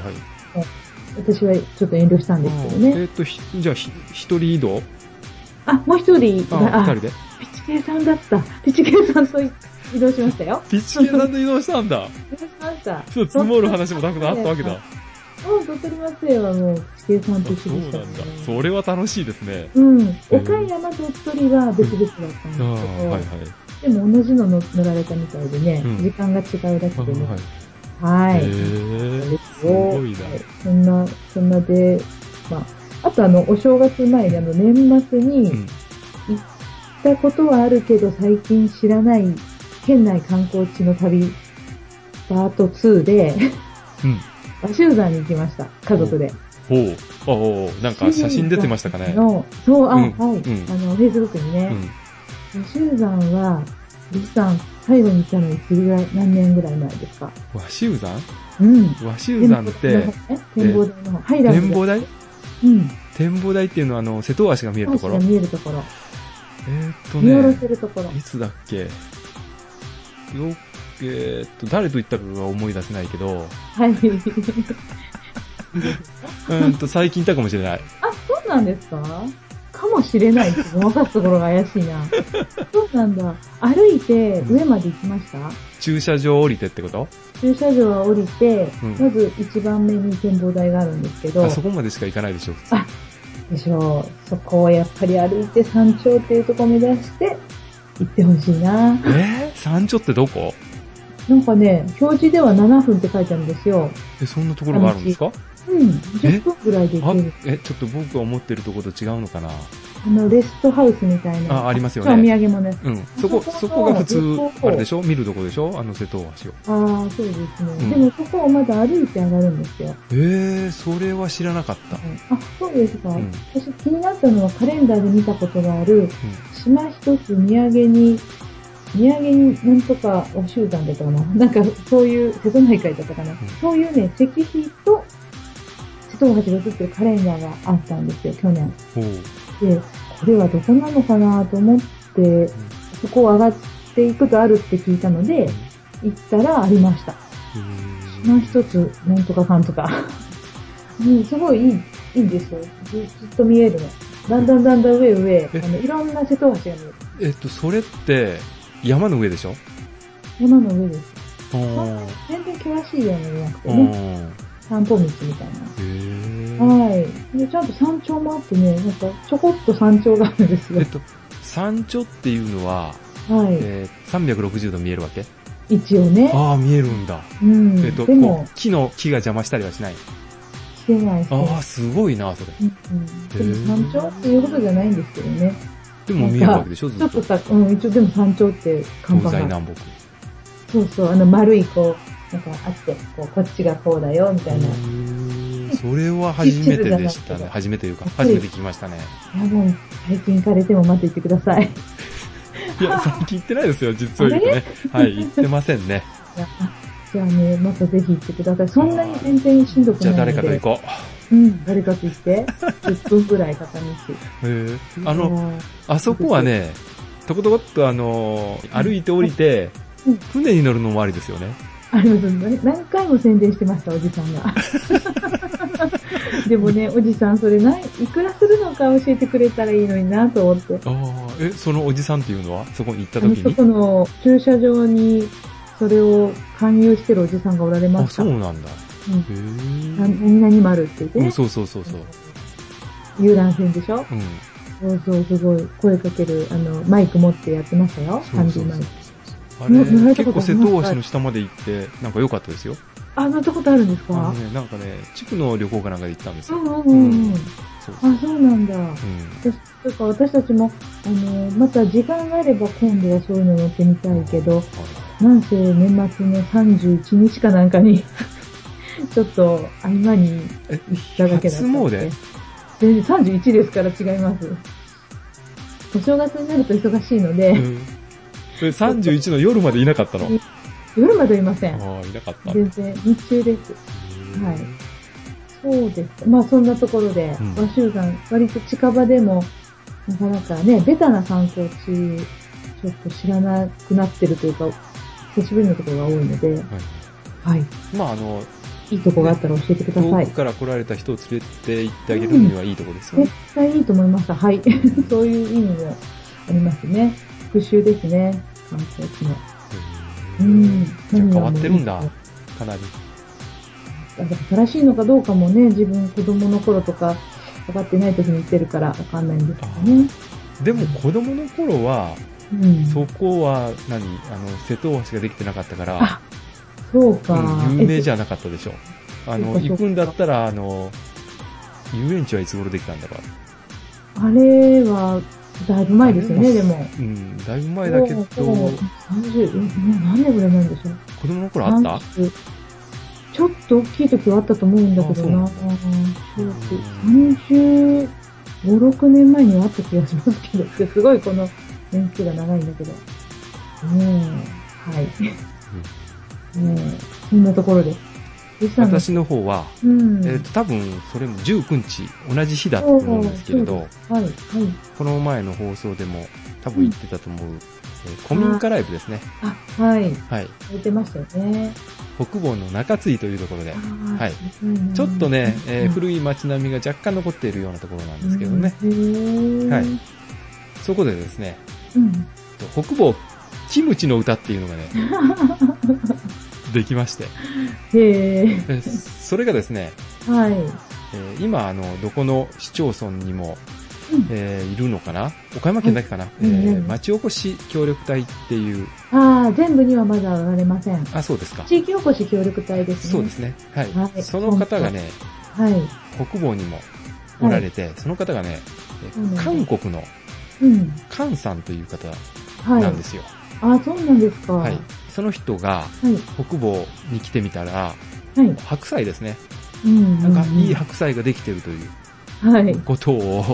Speaker 2: 私はちょっと遠慮したんですけど
Speaker 1: あー
Speaker 2: ね。
Speaker 1: えっと、ひじゃあ、ひ一人移動
Speaker 2: あ、もう一人
Speaker 1: あ
Speaker 2: が、
Speaker 1: ー、
Speaker 2: あ
Speaker 1: 二人、で。
Speaker 2: ピチケイさんだった。ピチケイさんと移動しましたよ。
Speaker 1: ピッチ系さんと移動したんだ。
Speaker 2: 移動しました。
Speaker 1: そう、積もる話もたくさんあったわけだ。あ、
Speaker 2: うん、鳥取松江はもう、ピチケイさん
Speaker 1: そ
Speaker 2: と一
Speaker 1: う
Speaker 2: 緒で
Speaker 1: な
Speaker 2: し
Speaker 1: ん
Speaker 2: た
Speaker 1: だ
Speaker 2: ね。。
Speaker 1: それは楽しいですね。
Speaker 2: うん。岡山と鳥取は別々だったんですけ
Speaker 1: ああ、
Speaker 2: ど、
Speaker 1: はいはい。
Speaker 2: でも同じの乗乗られたみたいでね、
Speaker 1: うん
Speaker 2: 時間が違うだけでね。
Speaker 1: あ
Speaker 2: は。
Speaker 1: はいい。へ
Speaker 2: そう
Speaker 1: え
Speaker 2: で。
Speaker 1: すごいな
Speaker 2: は。そんな、そんなで、まあ、あとあの、お正月前に、あの、年末に
Speaker 1: うん
Speaker 2: 行ったことはあるけど、最近知らない県内観光地の旅、パート2で、
Speaker 1: うん。
Speaker 2: 和州山に行きました。家族で。
Speaker 1: ほう。あおうなんか写真出てましたかね。
Speaker 2: の、そう、あ、
Speaker 1: うん
Speaker 2: はい。
Speaker 1: うん
Speaker 2: あの、Facebook に
Speaker 1: う
Speaker 2: ね、
Speaker 1: ん。
Speaker 2: 和州山は、リスさん、最後に行ったのいつぐらい、何年ぐらい前ですか
Speaker 1: 和州山
Speaker 2: うん。
Speaker 1: 和州山って、
Speaker 2: 展望台の方ね、展望台の方。はい、ラブ
Speaker 1: 展望台
Speaker 2: うん。
Speaker 1: 展望台っていうのは、あの、瀬戸大橋が見えるところ。
Speaker 2: 橋
Speaker 1: え
Speaker 2: が見えるところ。
Speaker 1: ーっと
Speaker 2: 見下ろ
Speaker 1: ね、
Speaker 2: せるところ。
Speaker 1: いつだっけよ、えーっと、誰と行ったかが思い出せないけど、
Speaker 2: はい。
Speaker 1: うーんと、最近行ったかもしれない。
Speaker 2: あ、そうなんですかかもしれないって、ごまかすところが怪しい な。そうなんだ。歩いて上まで行きました
Speaker 1: 駐車場降りてってこと
Speaker 2: 駐車場は降りて、
Speaker 1: うん
Speaker 2: まず一番目に展望台があるんですけど
Speaker 1: あ、、そこまでしか行かないでしょ、普通。
Speaker 2: でしょう。そこをやっぱり歩いて山頂っていうところを目指して行ってほしいな。
Speaker 1: えー、山頂ってどこ
Speaker 2: なんかね、表示では7分って書いてあるんですよ。
Speaker 1: え、そんなところがあるんですか
Speaker 2: うん。
Speaker 1: え
Speaker 2: 10分ぐらいで行
Speaker 1: あ
Speaker 2: ける。、
Speaker 1: え、ちょっと僕が思ってるとこと違うのかな
Speaker 2: あの、レストハウスみたいな。
Speaker 1: あ、ありますよ
Speaker 2: お土
Speaker 1: ね。
Speaker 2: 産もね。
Speaker 1: うん。そこ、そこが普通
Speaker 2: そ、こ
Speaker 1: あれでしょ見るとこでしょあの瀬戸大橋を。
Speaker 2: ああ、そうですね。
Speaker 1: ん
Speaker 2: でも、そこをまだ歩いて上がるんですよ。
Speaker 1: えー、それは知らなかった。
Speaker 2: あ、そうですか。
Speaker 1: うん
Speaker 2: 私気になったのはカレンダーで見たことがある、島一つ土産に、土産になんとか和集団だったかな。 なんかそういう、瀬戸内海だったかな。そういうね、石碑と瀬戸大橋が写ってるカレンダーがあったんですよ、去年。
Speaker 1: ほう。
Speaker 2: で、これはどこなのかなと思って、そこを上がっていくとあるって聞いたので、行ったらありました。
Speaker 1: うん
Speaker 2: もう一つ、なんとかかんとか。 うん、すごいいい、いいんですよ。ずずっと見えるの。だんだんだんだん上上、あ
Speaker 1: え
Speaker 2: の、いろんな瀬戸大橋が見え
Speaker 1: え
Speaker 2: る。
Speaker 1: っと、それって、山の上でしょ
Speaker 2: 山の上です。
Speaker 1: お
Speaker 2: 全然険しいように見えなくてね。
Speaker 1: ー
Speaker 2: 散歩道みたい
Speaker 1: へ
Speaker 2: な。
Speaker 1: ー
Speaker 2: はい。で、ちゃんと山頂もあってね、なんか、ちょこっと山頂があるんです
Speaker 1: え
Speaker 2: よ
Speaker 1: っ。と、山頂っていうのは、
Speaker 2: は
Speaker 1: えー、360度見えるわけ
Speaker 2: い。一応ね。
Speaker 1: ああ、見えるんだ。
Speaker 2: うん。
Speaker 1: えっと、
Speaker 2: で
Speaker 1: こ
Speaker 2: も、
Speaker 1: う、木の、木が邪魔したりはしない。
Speaker 2: してないし。
Speaker 1: ああ、すごいな、それ。
Speaker 2: うんうんでも山頂っていうことじゃないんですけどね。
Speaker 1: でも見えるわけでしょ
Speaker 2: ち
Speaker 1: ず
Speaker 2: ょ
Speaker 1: っ
Speaker 2: っと
Speaker 1: と。
Speaker 2: さ、うん、一応でも山頂って看
Speaker 1: 東
Speaker 2: 板が
Speaker 1: 西
Speaker 2: あって
Speaker 1: 南北。
Speaker 2: そうそう、あの丸いこう、なんかあって、こう、こっちがこうだよ、みたいな。い
Speaker 1: へーそれは初めてでした
Speaker 2: 地図じゃ
Speaker 1: ね。
Speaker 2: なくて
Speaker 1: 初めてというか、
Speaker 2: うん
Speaker 1: 初めて聞きましたね。
Speaker 2: や、もう、最近行かれても待っていてくださ い。
Speaker 1: いや、最近行ってないですよ、実を言うとね。はい、行ってませんね。
Speaker 2: じゃあね、またぜひ行ってください。そんなに全然しんどく
Speaker 1: じ
Speaker 2: ない
Speaker 1: ゃあ
Speaker 2: ので。
Speaker 1: 誰かと行こ
Speaker 2: う。うん、誰かと行って。10分ぐらい片道。
Speaker 1: う。へーあの、
Speaker 2: の、
Speaker 1: あそこはね、とことこっとあのー歩いて降りて
Speaker 2: うん、
Speaker 1: 船に乗るのもありですよね。
Speaker 2: あの、何回も宣伝してました、おじさんが。 でもね、おじさん、それない、いくらするのか教えてくれたらいいのになと思って。
Speaker 1: ああ、え、そのおじさんっていうのはそこに行った
Speaker 2: あの、
Speaker 1: 時
Speaker 2: そ
Speaker 1: に
Speaker 2: この駐車場に、それを勧誘してるおじさんがおられま
Speaker 1: あ、
Speaker 2: した
Speaker 1: そ。うなんだ。へ
Speaker 2: な
Speaker 1: ー
Speaker 2: 何々丸って言って
Speaker 1: う
Speaker 2: ね
Speaker 1: ん、、そうそうそうそう。
Speaker 2: 遊覧船でしょ
Speaker 1: うん。
Speaker 2: そうそう、すごい声かける、あの、マイク持ってやってましたよ、
Speaker 1: そ
Speaker 2: ハ
Speaker 1: う
Speaker 2: ンデ
Speaker 1: そう
Speaker 2: ィ
Speaker 1: そ
Speaker 2: マ
Speaker 1: う
Speaker 2: イク。
Speaker 1: あ
Speaker 2: も
Speaker 1: れ
Speaker 2: う乗られ、た
Speaker 1: 結構
Speaker 2: ことあり
Speaker 1: 瀬
Speaker 2: ます
Speaker 1: 戸大橋の下まで行って、なんか良かったですよ。
Speaker 2: あ、乗ったことあるんです
Speaker 1: あの
Speaker 2: か
Speaker 1: ね、なんかね、地区の旅行かなんかで行ったんです
Speaker 2: う
Speaker 1: よ。
Speaker 2: んうんうんうん。
Speaker 1: そうそう。
Speaker 2: あ、そうなんだ。
Speaker 1: うん。
Speaker 2: 私というか私たちも、あの、また時間があれば今度はそういうの乗ってみたいけど
Speaker 1: は、
Speaker 2: なんせ年末の31日かなんかに、 ちょっと合間に
Speaker 1: え
Speaker 2: 行っただけだったんで
Speaker 1: 初
Speaker 2: 全然31ですから違います。お正月になると忙しいので、
Speaker 1: い。うん。それ31の夜までいなかったの
Speaker 2: い夜までいません。
Speaker 1: ああ、いなかった。
Speaker 2: 全然、日中です。はいそうです。まあそんなところで
Speaker 1: うん、
Speaker 2: 和集山、割と近場でも、なかなかね、ベタな観光地、ちょっと知らなくなってるというか、久しぶりのところが多いので、
Speaker 1: はい
Speaker 2: はい。
Speaker 1: まあ、あの、
Speaker 2: いいとこがあったら教えてくださ
Speaker 1: 遠
Speaker 2: い
Speaker 1: く。から来られた人を連れて行ってあげるにはいいとこですよね。
Speaker 2: 絶対いいと思いました。はい。 そういう意味もありますね。復習ですね。観光地の。
Speaker 1: う
Speaker 2: う
Speaker 1: んん。。じゃあ変わってるんだ
Speaker 2: 何がもういい
Speaker 1: か
Speaker 2: か。
Speaker 1: なり。
Speaker 2: だから正しいのかどうかもね、自分子供の頃とか、分かってない時に言ってるから分かんないんですけどね。
Speaker 1: でも子供の頃は、
Speaker 2: うん。
Speaker 1: そこは何、あの、瀬戸大橋ができてなかったか
Speaker 2: あ
Speaker 1: ら、
Speaker 2: そうか。
Speaker 1: うん有名
Speaker 2: え
Speaker 1: じゃなかったでしょ。あ
Speaker 2: そ
Speaker 1: の、
Speaker 2: うかそう
Speaker 1: 行
Speaker 2: か
Speaker 1: くんだったら、あの、遊園地はいつ頃できたんだろ
Speaker 2: あれは、だいぶ前ですよ
Speaker 1: あ
Speaker 2: ね、
Speaker 1: れ
Speaker 2: で
Speaker 1: も
Speaker 2: も。
Speaker 1: う。うん、だいぶ前だけど、
Speaker 2: もうもう
Speaker 1: 子
Speaker 2: 30、うん何年ぐらいなんでしょう
Speaker 1: 供の頃あった
Speaker 2: 30ちょっと大きい時はあったと思うんだけどな。
Speaker 1: あ
Speaker 2: あ
Speaker 1: そう
Speaker 2: 35、6年前にはあった気がしますけど、すごいこの年数が長いんだけど。ねえ、はい。ねえ、そんなところです。リサの、
Speaker 1: 私の方は、
Speaker 2: うん。
Speaker 1: えっ、と、多分、それも19日、同じ日だと思うんですけれ
Speaker 2: そう
Speaker 1: ど、
Speaker 2: はい、はい。
Speaker 1: この前の放送でも多分言ってたと思う、えー古民家ライブですね。
Speaker 2: あ、はい。
Speaker 1: はい。
Speaker 2: 言ってましたよね。
Speaker 1: 北房の中津井というところで、は。
Speaker 2: はい
Speaker 1: ちょっとね、えー古い街並みが若干残っているようなところなんですけどね、。
Speaker 2: うん
Speaker 1: はいそこでですね、
Speaker 2: うん。
Speaker 1: 北房キムチの歌っていうの がね、できまして、
Speaker 2: へえ。
Speaker 1: えーそれがですね、
Speaker 2: はい。
Speaker 1: えー今、あの、どこの市町村にも、
Speaker 2: うん
Speaker 1: えーいるのかな岡山県だけかな、
Speaker 2: う
Speaker 1: え
Speaker 2: んう
Speaker 1: ー
Speaker 2: ん
Speaker 1: 町おこし協力隊っていう、
Speaker 2: ああ、全部にはまだおられません。
Speaker 1: あ、そうですか。
Speaker 2: 地域おこし協力隊ですね。
Speaker 1: そうですね。はい。
Speaker 2: はい
Speaker 1: その方がね、
Speaker 2: はい。
Speaker 1: 北房にもおられて、その方がね、え
Speaker 2: そうなんだ
Speaker 1: 韓国の
Speaker 2: うん。
Speaker 1: カンさんという方
Speaker 2: はい。
Speaker 1: なんですよ。
Speaker 2: ああ、そうなんですか。
Speaker 1: は
Speaker 2: はいい。。
Speaker 1: その人が
Speaker 2: はい。
Speaker 1: 北房に来てみたら、
Speaker 2: はい。
Speaker 1: 白菜ですね。
Speaker 2: うん。
Speaker 1: なんかいい
Speaker 2: は
Speaker 1: 白菜ができてるという
Speaker 2: い。
Speaker 1: ことを、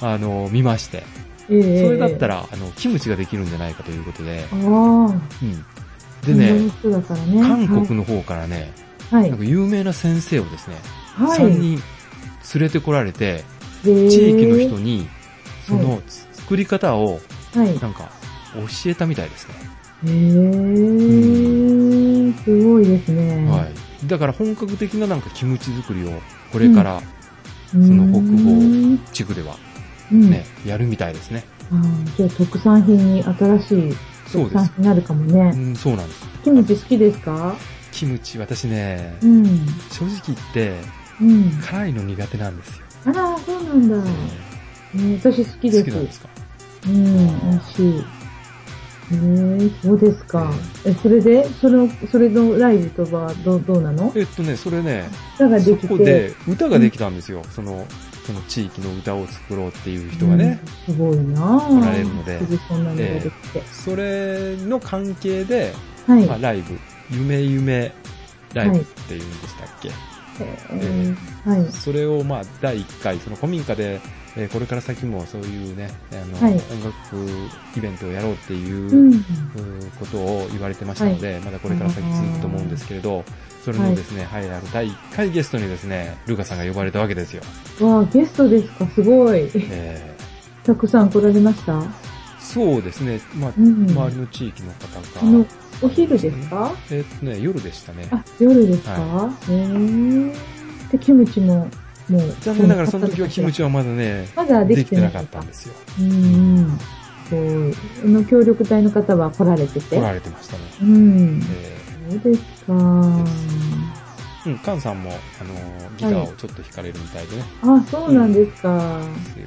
Speaker 1: あの、見まして。
Speaker 2: え
Speaker 1: そ
Speaker 2: え
Speaker 1: れだった
Speaker 2: ら。
Speaker 1: ら、あの、キムチができるんじゃないかということで、
Speaker 2: ああ。
Speaker 1: うん。でね、
Speaker 2: 人だからね。
Speaker 1: 韓国の方からね、
Speaker 2: はい。
Speaker 1: なん
Speaker 2: は
Speaker 1: か有名な先生をですね、
Speaker 2: い。
Speaker 1: 3人連れてこられて、
Speaker 2: 人
Speaker 1: 地域の人に、そ
Speaker 2: は
Speaker 1: の作り方を、
Speaker 2: はい。へ
Speaker 1: なんか、教えたみたいですね。
Speaker 2: え。すごいですね。
Speaker 1: はい。だから本格的ななんかキムチ作りを、これから
Speaker 2: い
Speaker 1: その北欧地区では
Speaker 2: うん。
Speaker 1: ね、やるみたいですね。
Speaker 2: あーじゃあ特産品に新しい
Speaker 1: そうで
Speaker 2: 産
Speaker 1: す。
Speaker 2: 品になるかも
Speaker 1: う
Speaker 2: ね。
Speaker 1: ん、そうなんです。
Speaker 2: キムチ好きですか
Speaker 1: キムチ、私ね
Speaker 2: う、ん。
Speaker 1: 正直言って、
Speaker 2: うん。
Speaker 1: 辛いの苦手なんですよ。
Speaker 2: あら、そうなんだ。
Speaker 1: え
Speaker 2: ね、私好き
Speaker 1: ー
Speaker 2: で
Speaker 1: 好
Speaker 2: す。
Speaker 1: きなんですか
Speaker 2: うん、美味しい。えー、そうですか。え、それで、それの、それのライブとはどう、どうなの
Speaker 1: えっとね、それね、
Speaker 2: 歌がで
Speaker 1: そ
Speaker 2: きて。
Speaker 1: こで歌ができたんですよ。その、その地域の歌を作ろうっていう人がね。
Speaker 2: うん。すごいな
Speaker 1: お
Speaker 2: ぁ。
Speaker 1: られるのです
Speaker 2: ぐそんなのができて。
Speaker 1: それの関係で、
Speaker 2: はい。
Speaker 1: まあ、ライブ、夢夢ライブっていうんでしたっけ、
Speaker 2: えーはい。
Speaker 1: それをまあ第1回、その古民家で、えーこれから先もそういうね、あの
Speaker 2: はい
Speaker 1: 音楽イベントをやろうっていう、
Speaker 2: う。
Speaker 1: うんことを言われてましたので、まだこれから先続くと思うんですけれど、それのですね、はい、あの第1回ゲストにですね、ルカさんが呼ばれたわけですよ。
Speaker 2: わぁ、ゲストですかすごい。
Speaker 1: えー
Speaker 2: たくさん来られました
Speaker 1: そうですね、まあ、
Speaker 2: うん
Speaker 1: 周りの地域の方
Speaker 2: あの
Speaker 1: が、、
Speaker 2: お昼ですか
Speaker 1: えーっとね、夜でしたね。
Speaker 2: あ、夜ですか、
Speaker 1: は
Speaker 2: へー。で、キムチも、もう。
Speaker 1: 残念ながらその時はキムチはまだね、
Speaker 2: まだで
Speaker 1: で
Speaker 2: き
Speaker 1: き
Speaker 2: て
Speaker 1: て
Speaker 2: な
Speaker 1: な
Speaker 2: か
Speaker 1: か
Speaker 2: っ
Speaker 1: ったたん。ですよ。
Speaker 2: うんうん。そう。あの協力隊の方は来られてて。
Speaker 1: 来られてましたね。
Speaker 2: うん。
Speaker 1: え
Speaker 2: そうですか。
Speaker 1: うん、カンさんも、あのーギターをちょっと弾かれるみたいでね。
Speaker 2: あ、そうなんですか。へ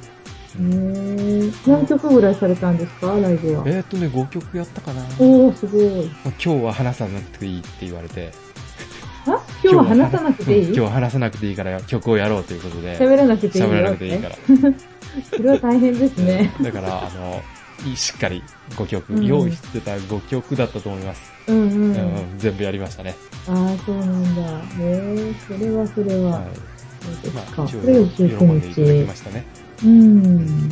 Speaker 1: うん
Speaker 2: え何曲ぐらいされたんですかライブは。
Speaker 1: えーっとね、5曲やったかな。まあ
Speaker 2: おおすごい。
Speaker 1: 今日は話さなくていいって言われて。
Speaker 2: あ今日は話さなくてい
Speaker 1: うん
Speaker 2: い
Speaker 1: 今日は話さなくていいから曲をやろうということで。
Speaker 2: 喋らなくていいよ
Speaker 1: 喋らなくていいから。
Speaker 2: それは大変です ね。
Speaker 1: だから、あの、いしっかり5曲、
Speaker 2: うん
Speaker 1: 用意してた5曲だったと思います。
Speaker 2: うんうん。
Speaker 1: うん
Speaker 2: あ
Speaker 1: 全部やりましたね。
Speaker 2: あ、そうなんだ。へえそれはそれは。
Speaker 1: は
Speaker 2: そう
Speaker 1: い。
Speaker 2: です
Speaker 1: ま
Speaker 2: か。
Speaker 1: あ、一
Speaker 2: そ
Speaker 1: 応、
Speaker 2: れが
Speaker 1: 喜んでいただき
Speaker 2: 19
Speaker 1: ましたね。
Speaker 2: 日。うん。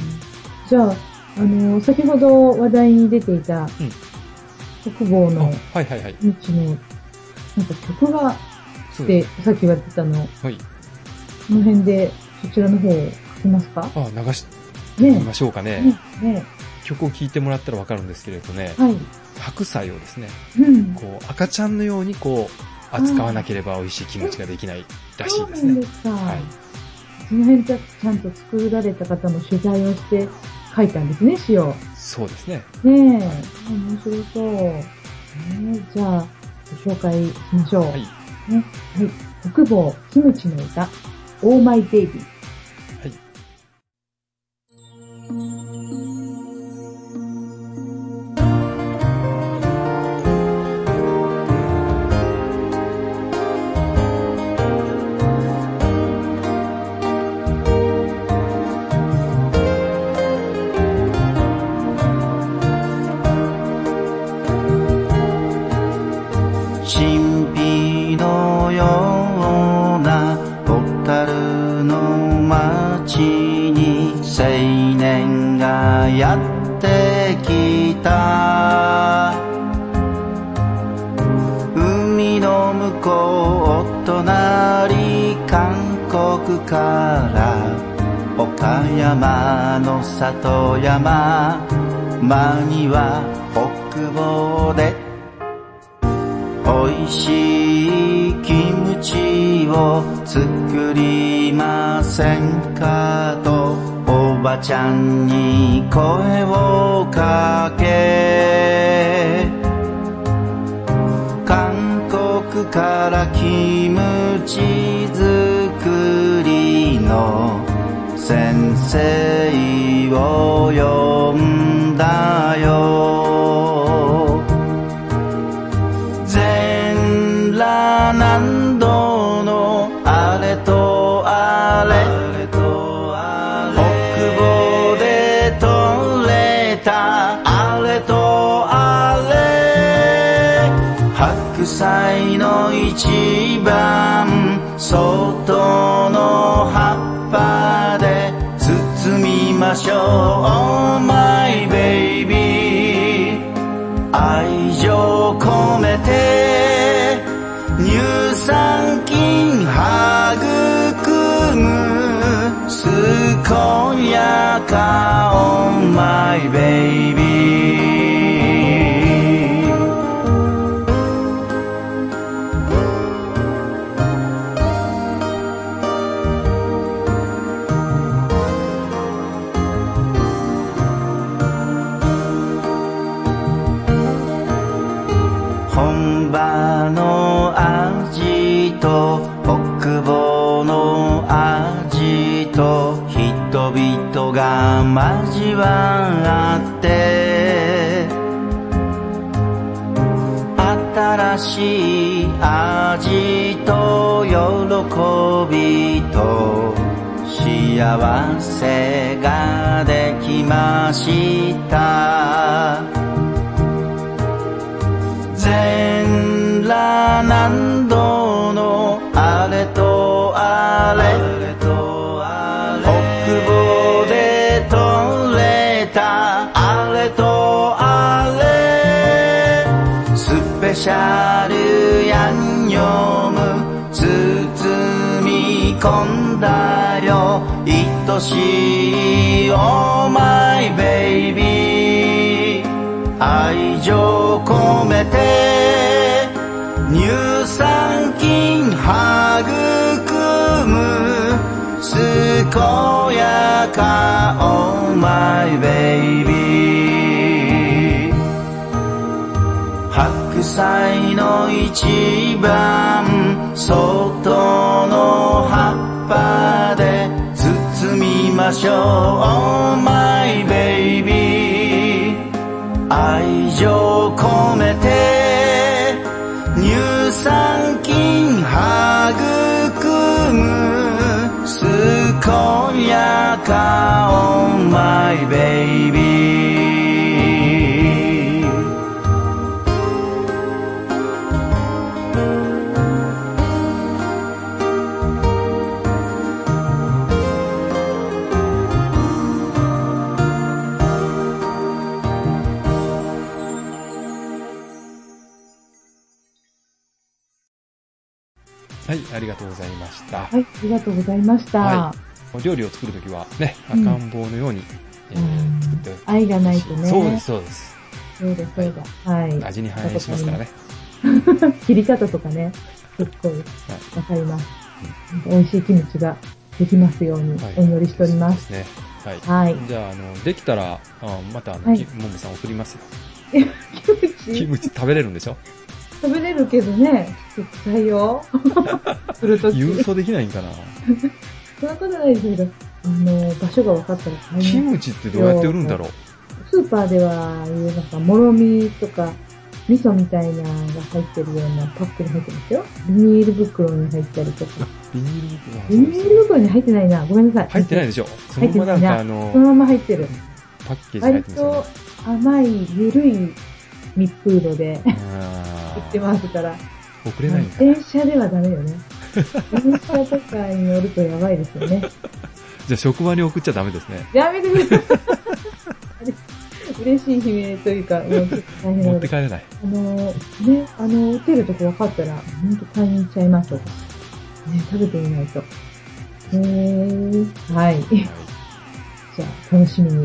Speaker 2: じゃあ、あの、先ほど話題に出ていた、北坊
Speaker 1: あ
Speaker 2: の
Speaker 1: はいはいはい。
Speaker 2: 道の、なんか曲が、
Speaker 1: そう
Speaker 2: っ
Speaker 1: で
Speaker 2: て
Speaker 1: す。、
Speaker 2: さっき言われてたの、
Speaker 1: はい。
Speaker 2: この辺で、そちらの方、聞きますか
Speaker 1: あ、流し
Speaker 2: ねえ。
Speaker 1: ましょうかね。
Speaker 2: ねえ。ね
Speaker 1: 曲を聴いてもらったらわかるんですけれどね
Speaker 2: え。、はい。
Speaker 1: 白菜をですね、
Speaker 2: うん。
Speaker 1: こう、赤ちゃんのようにこう、扱わなければ美味しい気持ちができないらしいです
Speaker 2: そうなん
Speaker 1: ね
Speaker 2: で。すか。
Speaker 1: はい。
Speaker 2: その辺じゃ、ちゃんと作られた方の取材をして、書いたんですね、詩を。
Speaker 1: そうですね。
Speaker 2: ねえ。面白そう。ねえ、じゃあ、ご紹介しましょう。
Speaker 1: はい。
Speaker 2: はい。北坊キムチの歌、オーマイベイビー。
Speaker 1: はい。
Speaker 3: 神秘のような小樽の街に青年がやってきた海の向こうお隣韓国から岡山の里山間には北房で美味しいキムチを作りませんかとおばちゃんに声をかけ韓国からキムチ作りの先生を呼んだよ全裸南道のあれとあれ北房で取れたあれとあれ白菜の一番外の葉っぱで包みましょう Oh my baby 愛情込めて乳酸菌育む健やか Oh my baby 本場の味と北房の味と人々が交わって新しい味と喜びと幸せができました全裸南道のあれとあれ北房で取れたあれとあれスペシャルヤンニョム包み込んだよ愛しい Oh my baby 愛情込めて乳酸菌育む健やか Oh my baby 白菜の一番外外の葉っぱで包みましょう Oh my baby 愛情込めて乳酸菌育む健やか Oh my baby
Speaker 1: はい、ありがとうございました。
Speaker 2: はい、ありがとうございました。
Speaker 1: はお料理を作るときはね、
Speaker 2: うん
Speaker 1: 赤ん坊のように、えー
Speaker 2: うん
Speaker 1: 作ってほし
Speaker 2: 愛がないとね。
Speaker 1: そうです、そうです。
Speaker 2: そうです、そうです。はい。
Speaker 1: 味に反映しますからね。
Speaker 2: 切り方とかね、結構わかります。美味しいキムチができますように
Speaker 1: はい
Speaker 2: お祈りしております。
Speaker 1: そうですね。はい。
Speaker 2: はい。
Speaker 1: じゃあ、あの、できたら、あまた、あの、
Speaker 2: はい
Speaker 1: きもみさん送りますよ。
Speaker 2: キム
Speaker 1: キ
Speaker 2: チ
Speaker 1: ムチ食べれるんでしょ
Speaker 2: 食べれるけどね、絶 対よ。するとき。
Speaker 1: 郵送できないんかな
Speaker 2: そんなことないですけど、あの、場所が分かったら買
Speaker 1: キ
Speaker 2: います。
Speaker 1: ムチってどうやって売るんだろう
Speaker 2: スーパーでは、いうなんか、もろみとか、味噌みたいなのが入ってるようなパックに入ってますよ。ビニール袋に入ったりとか。
Speaker 1: ビニール袋
Speaker 2: ビニール袋に入ってないな。ごめんなさい。
Speaker 1: 入ってないでしょそのままなんか、あの
Speaker 2: そ、のまま入ってる。
Speaker 1: パッケージ入っ
Speaker 2: 割
Speaker 1: てますよね
Speaker 2: と。甘い、ゆるい密封路で
Speaker 1: あ
Speaker 2: 売
Speaker 1: ー
Speaker 2: ってますから。
Speaker 1: 送れないんかな
Speaker 2: 電車ではダメよ ね。電車とかに乗るとやばいですよね。
Speaker 1: じゃあ、職場に送っちゃダメですね。
Speaker 2: やめてくださ い。嬉しい悲鳴というか、もうちょっと大変な
Speaker 1: 持
Speaker 2: こ
Speaker 1: って
Speaker 2: と。
Speaker 1: 帰れない。
Speaker 2: あのー、ね、あの、打てるとこ分かったら、ほんと買いに行っちゃいます。ね、食べてみないと。へー、はい。
Speaker 1: は い
Speaker 2: じゃあ、楽しみに、う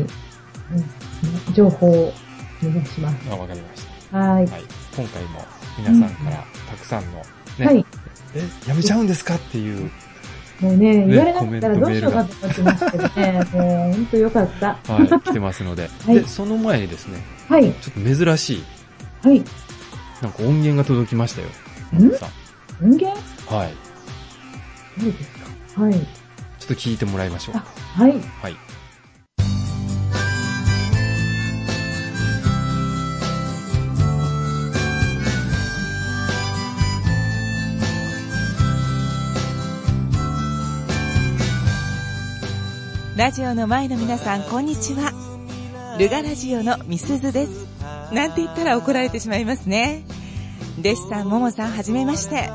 Speaker 2: ん、情報をお願いします。
Speaker 1: あわかりまし
Speaker 2: はい
Speaker 1: た。。はい。今回も皆さんからたくさんの、ね、
Speaker 2: はい。
Speaker 1: え、やめちゃうんですかっていう、
Speaker 2: もうね、
Speaker 1: ね
Speaker 2: 言われなかったら
Speaker 1: コ
Speaker 2: どう
Speaker 1: メン
Speaker 2: し
Speaker 1: ト
Speaker 2: よう
Speaker 1: メールが
Speaker 2: かと思ってましたけどね、 もうほんとよかった。
Speaker 1: はい、来てますので。
Speaker 2: はい
Speaker 1: で、その前にですね、
Speaker 2: はい、
Speaker 1: ちょっと珍しい、
Speaker 2: はい。
Speaker 1: なんか音源が届きましたよ。
Speaker 2: ん
Speaker 1: さん
Speaker 2: 音源
Speaker 1: はい。
Speaker 2: 何ですかはい。
Speaker 1: ちょっと聞いてもらいましょう
Speaker 2: あ。、はい。
Speaker 1: はい。
Speaker 4: ラジオの前の皆さん、こんにちは。ルガラジオのみすずです。なんて言ったら怒られてしまいますね。弟子さん、ももさん、はじめまして。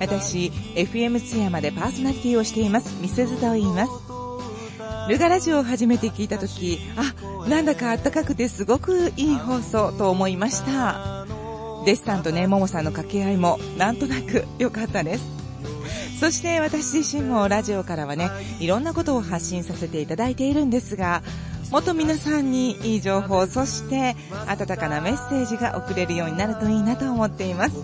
Speaker 4: 私、FM 津山でパーソナリティをしています、みすずと言います。ルガラジオを初めて聞いたとき、あ、なんだかあったかくてすごくいい放送と思いました。弟子さんとね、ももさんの掛け合いも、なんとなく良かったです。そして私自身もラジオからはね、いろんなことを発信させていただいているんですが、もっと皆さんにいい情報、そして温かなメッセージが送れるようになるといいなと思っています。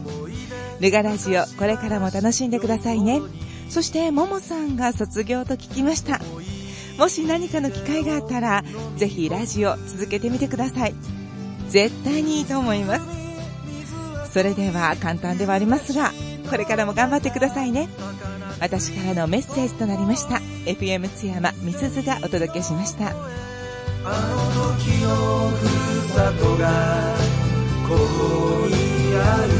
Speaker 4: ルガラジオ、これからも楽しんでくださいね。そして、ももさんが卒業と聞きました。もし何かの機会があったら、ぜひラジオ続けてみてください。絶対にいいと思います。それでは簡単ではありますが、これからも頑張ってくださいね。私からのメッセージとなりました FM 津山みすずがお届けしました
Speaker 3: あの時のふるさとがここにある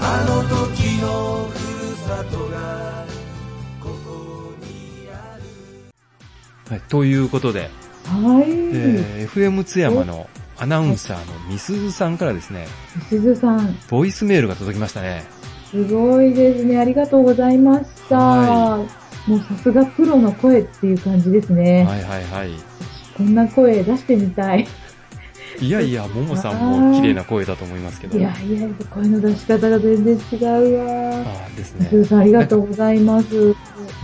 Speaker 3: あの時のふるさとがここにある
Speaker 1: はい、ということで、
Speaker 2: はい。
Speaker 1: えー FM 津山のアナウンサーのみすずさんからですね、
Speaker 2: すずさん、
Speaker 1: ボイスメールが届きましたね。
Speaker 2: すごいですね。ありがとうございました。
Speaker 1: は
Speaker 2: もうさすがプロの声っていう感じですね。
Speaker 1: はいはいはい。
Speaker 2: こんな声出してみたい。
Speaker 1: いやいや、ももさんも綺麗な声だと思いますけ
Speaker 2: い
Speaker 1: ど。
Speaker 2: やいや、声の出し方が全然違うわ。
Speaker 1: ああです
Speaker 2: すず
Speaker 1: ね。
Speaker 2: さん、ありがとうございます。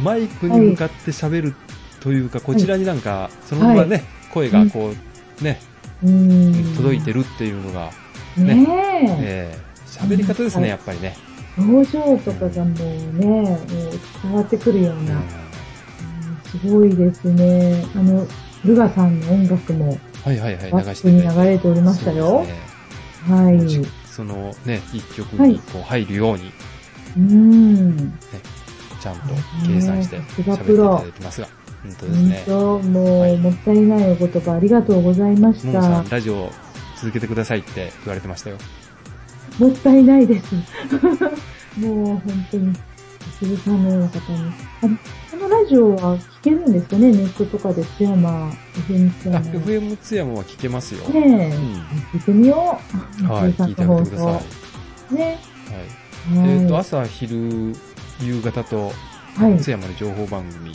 Speaker 1: マイクに向かって喋るというか、こちらになんか、そのままね、声がこう、ね、
Speaker 2: うん。
Speaker 1: 届いてるっていうのが、ね
Speaker 2: ねえ。
Speaker 1: えー喋り方ですね、やっぱりね。
Speaker 2: 表情とかがもうね、もう伝わってくるような、
Speaker 1: は
Speaker 2: うんすごいですね。あの、ルガさんの音楽も
Speaker 1: いはいはい、
Speaker 2: バ
Speaker 1: 流
Speaker 2: ッ
Speaker 1: し
Speaker 2: ク
Speaker 1: て
Speaker 2: に
Speaker 1: ね。
Speaker 2: 流れておりました
Speaker 1: そう
Speaker 2: よ
Speaker 1: で。すね
Speaker 2: はい。
Speaker 1: そのね、一曲にこう入るように、
Speaker 2: うん。うん。
Speaker 1: ちゃんと計算して
Speaker 2: ねえ
Speaker 1: 喋っていただいてますが。本当ですね。
Speaker 2: 本当、もう、
Speaker 1: はい
Speaker 2: もったいないお言葉ありがとうございまし
Speaker 1: ももさ
Speaker 2: た
Speaker 1: ん、。ラジオ続けてくださいって言われてましたよ。
Speaker 2: もったいないです。 もう本当に、鈴さんのような方に。あの、このラジオは聞けるんですかねネットとかで津山、FM 津
Speaker 1: あ、
Speaker 2: 山。
Speaker 1: FM 津山は聞けますよ。
Speaker 2: ねえ、
Speaker 1: う
Speaker 2: 聞いてみよう。
Speaker 1: ん。はい、
Speaker 2: 鈴さ
Speaker 1: 聞いて
Speaker 2: ん
Speaker 1: あげ
Speaker 2: の
Speaker 1: てく
Speaker 2: 放
Speaker 1: ださい。は
Speaker 2: 送。ね。
Speaker 1: い。
Speaker 2: はい
Speaker 1: えっと、朝、昼、夕方と、
Speaker 2: はい。
Speaker 1: 津山の情報番組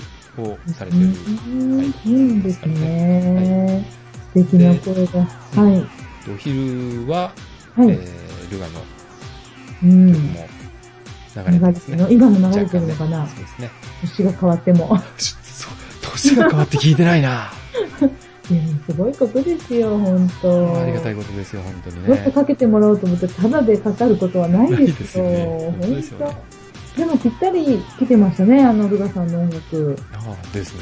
Speaker 1: をされ
Speaker 2: う
Speaker 1: てる。
Speaker 2: ん
Speaker 1: はい
Speaker 2: いいですね。素敵な声が。
Speaker 1: で
Speaker 2: はい。
Speaker 1: お昼は、え
Speaker 2: はい。
Speaker 1: ー、ルガの
Speaker 2: うん。
Speaker 1: 曲も流れてますね。
Speaker 2: 今も流れてるのかな
Speaker 1: 若干ねそうですね。
Speaker 2: 年が変わっても。
Speaker 1: ちょそう、年が変わって聞いてないな。
Speaker 2: いやすごいことですよ、本当。
Speaker 1: ありがたいことですよ、本当に
Speaker 2: もっと
Speaker 1: ね。
Speaker 2: かけてもらおうと思って、ただでかかることはな い
Speaker 1: ない
Speaker 2: で
Speaker 1: ですす
Speaker 2: よ。
Speaker 1: よね。
Speaker 2: 本
Speaker 1: 本
Speaker 2: 当
Speaker 1: 当ですよね。
Speaker 2: でもぴったり来てましたね、あのルガさんの音楽。
Speaker 1: ああ、です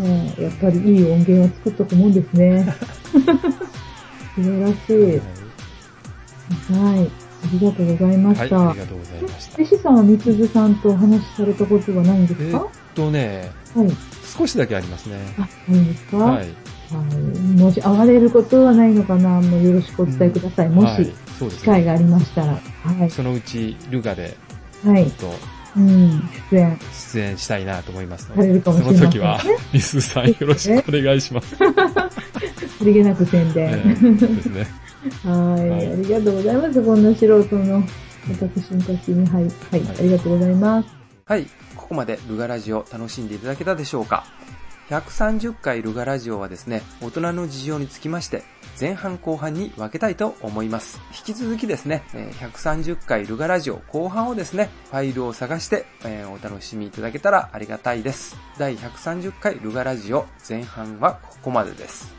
Speaker 1: ね。
Speaker 2: ねえやっぱりいい音源を作っとくもんで すね。素晴らしい。はい。ありがとうございま
Speaker 1: はい、
Speaker 2: し
Speaker 1: あ
Speaker 2: た
Speaker 1: り。がとうございました。
Speaker 2: 弟
Speaker 1: えっ
Speaker 2: 子さんはみつずさんとお話しされたことはないんですか、
Speaker 1: とね、
Speaker 2: はい。
Speaker 1: 少しだけありますね。
Speaker 2: あ、ないんですか、
Speaker 1: はい。
Speaker 2: はい。もし、会われることはないのかなもうよろしくお伝えください。も
Speaker 1: はい
Speaker 2: し、、
Speaker 1: そうで
Speaker 2: 機
Speaker 1: す
Speaker 2: 会
Speaker 1: ね。
Speaker 2: がありましたら。はい。
Speaker 1: そのうち、ルガで、
Speaker 2: はい。
Speaker 1: と、
Speaker 2: うん。出演
Speaker 1: 出演したいなと思いますの
Speaker 2: される
Speaker 1: で、
Speaker 2: か
Speaker 1: そ
Speaker 2: もしれ
Speaker 1: の
Speaker 2: ません
Speaker 1: 時
Speaker 2: ね
Speaker 1: は、ミスさんよろしくお願いします。
Speaker 2: さりげなく宣伝。
Speaker 1: ねですね。
Speaker 2: はい、
Speaker 1: はい
Speaker 2: ありがとうございます。こんな素人の私にたちに、はい、はい、
Speaker 1: はい
Speaker 2: ありがとうございます。
Speaker 5: はい、ここまでルガラジオ楽しんでいただけたでしょうか130回ルガラジオはですね、大人の事情につきまして、前半後半に分けたいと思います。引き続きですね、えー130回ルガラジオ後半をですね、ファイルを探して、えーお楽しみいただけたらありがたいです。第130回ルガラジオ前半はここまでです。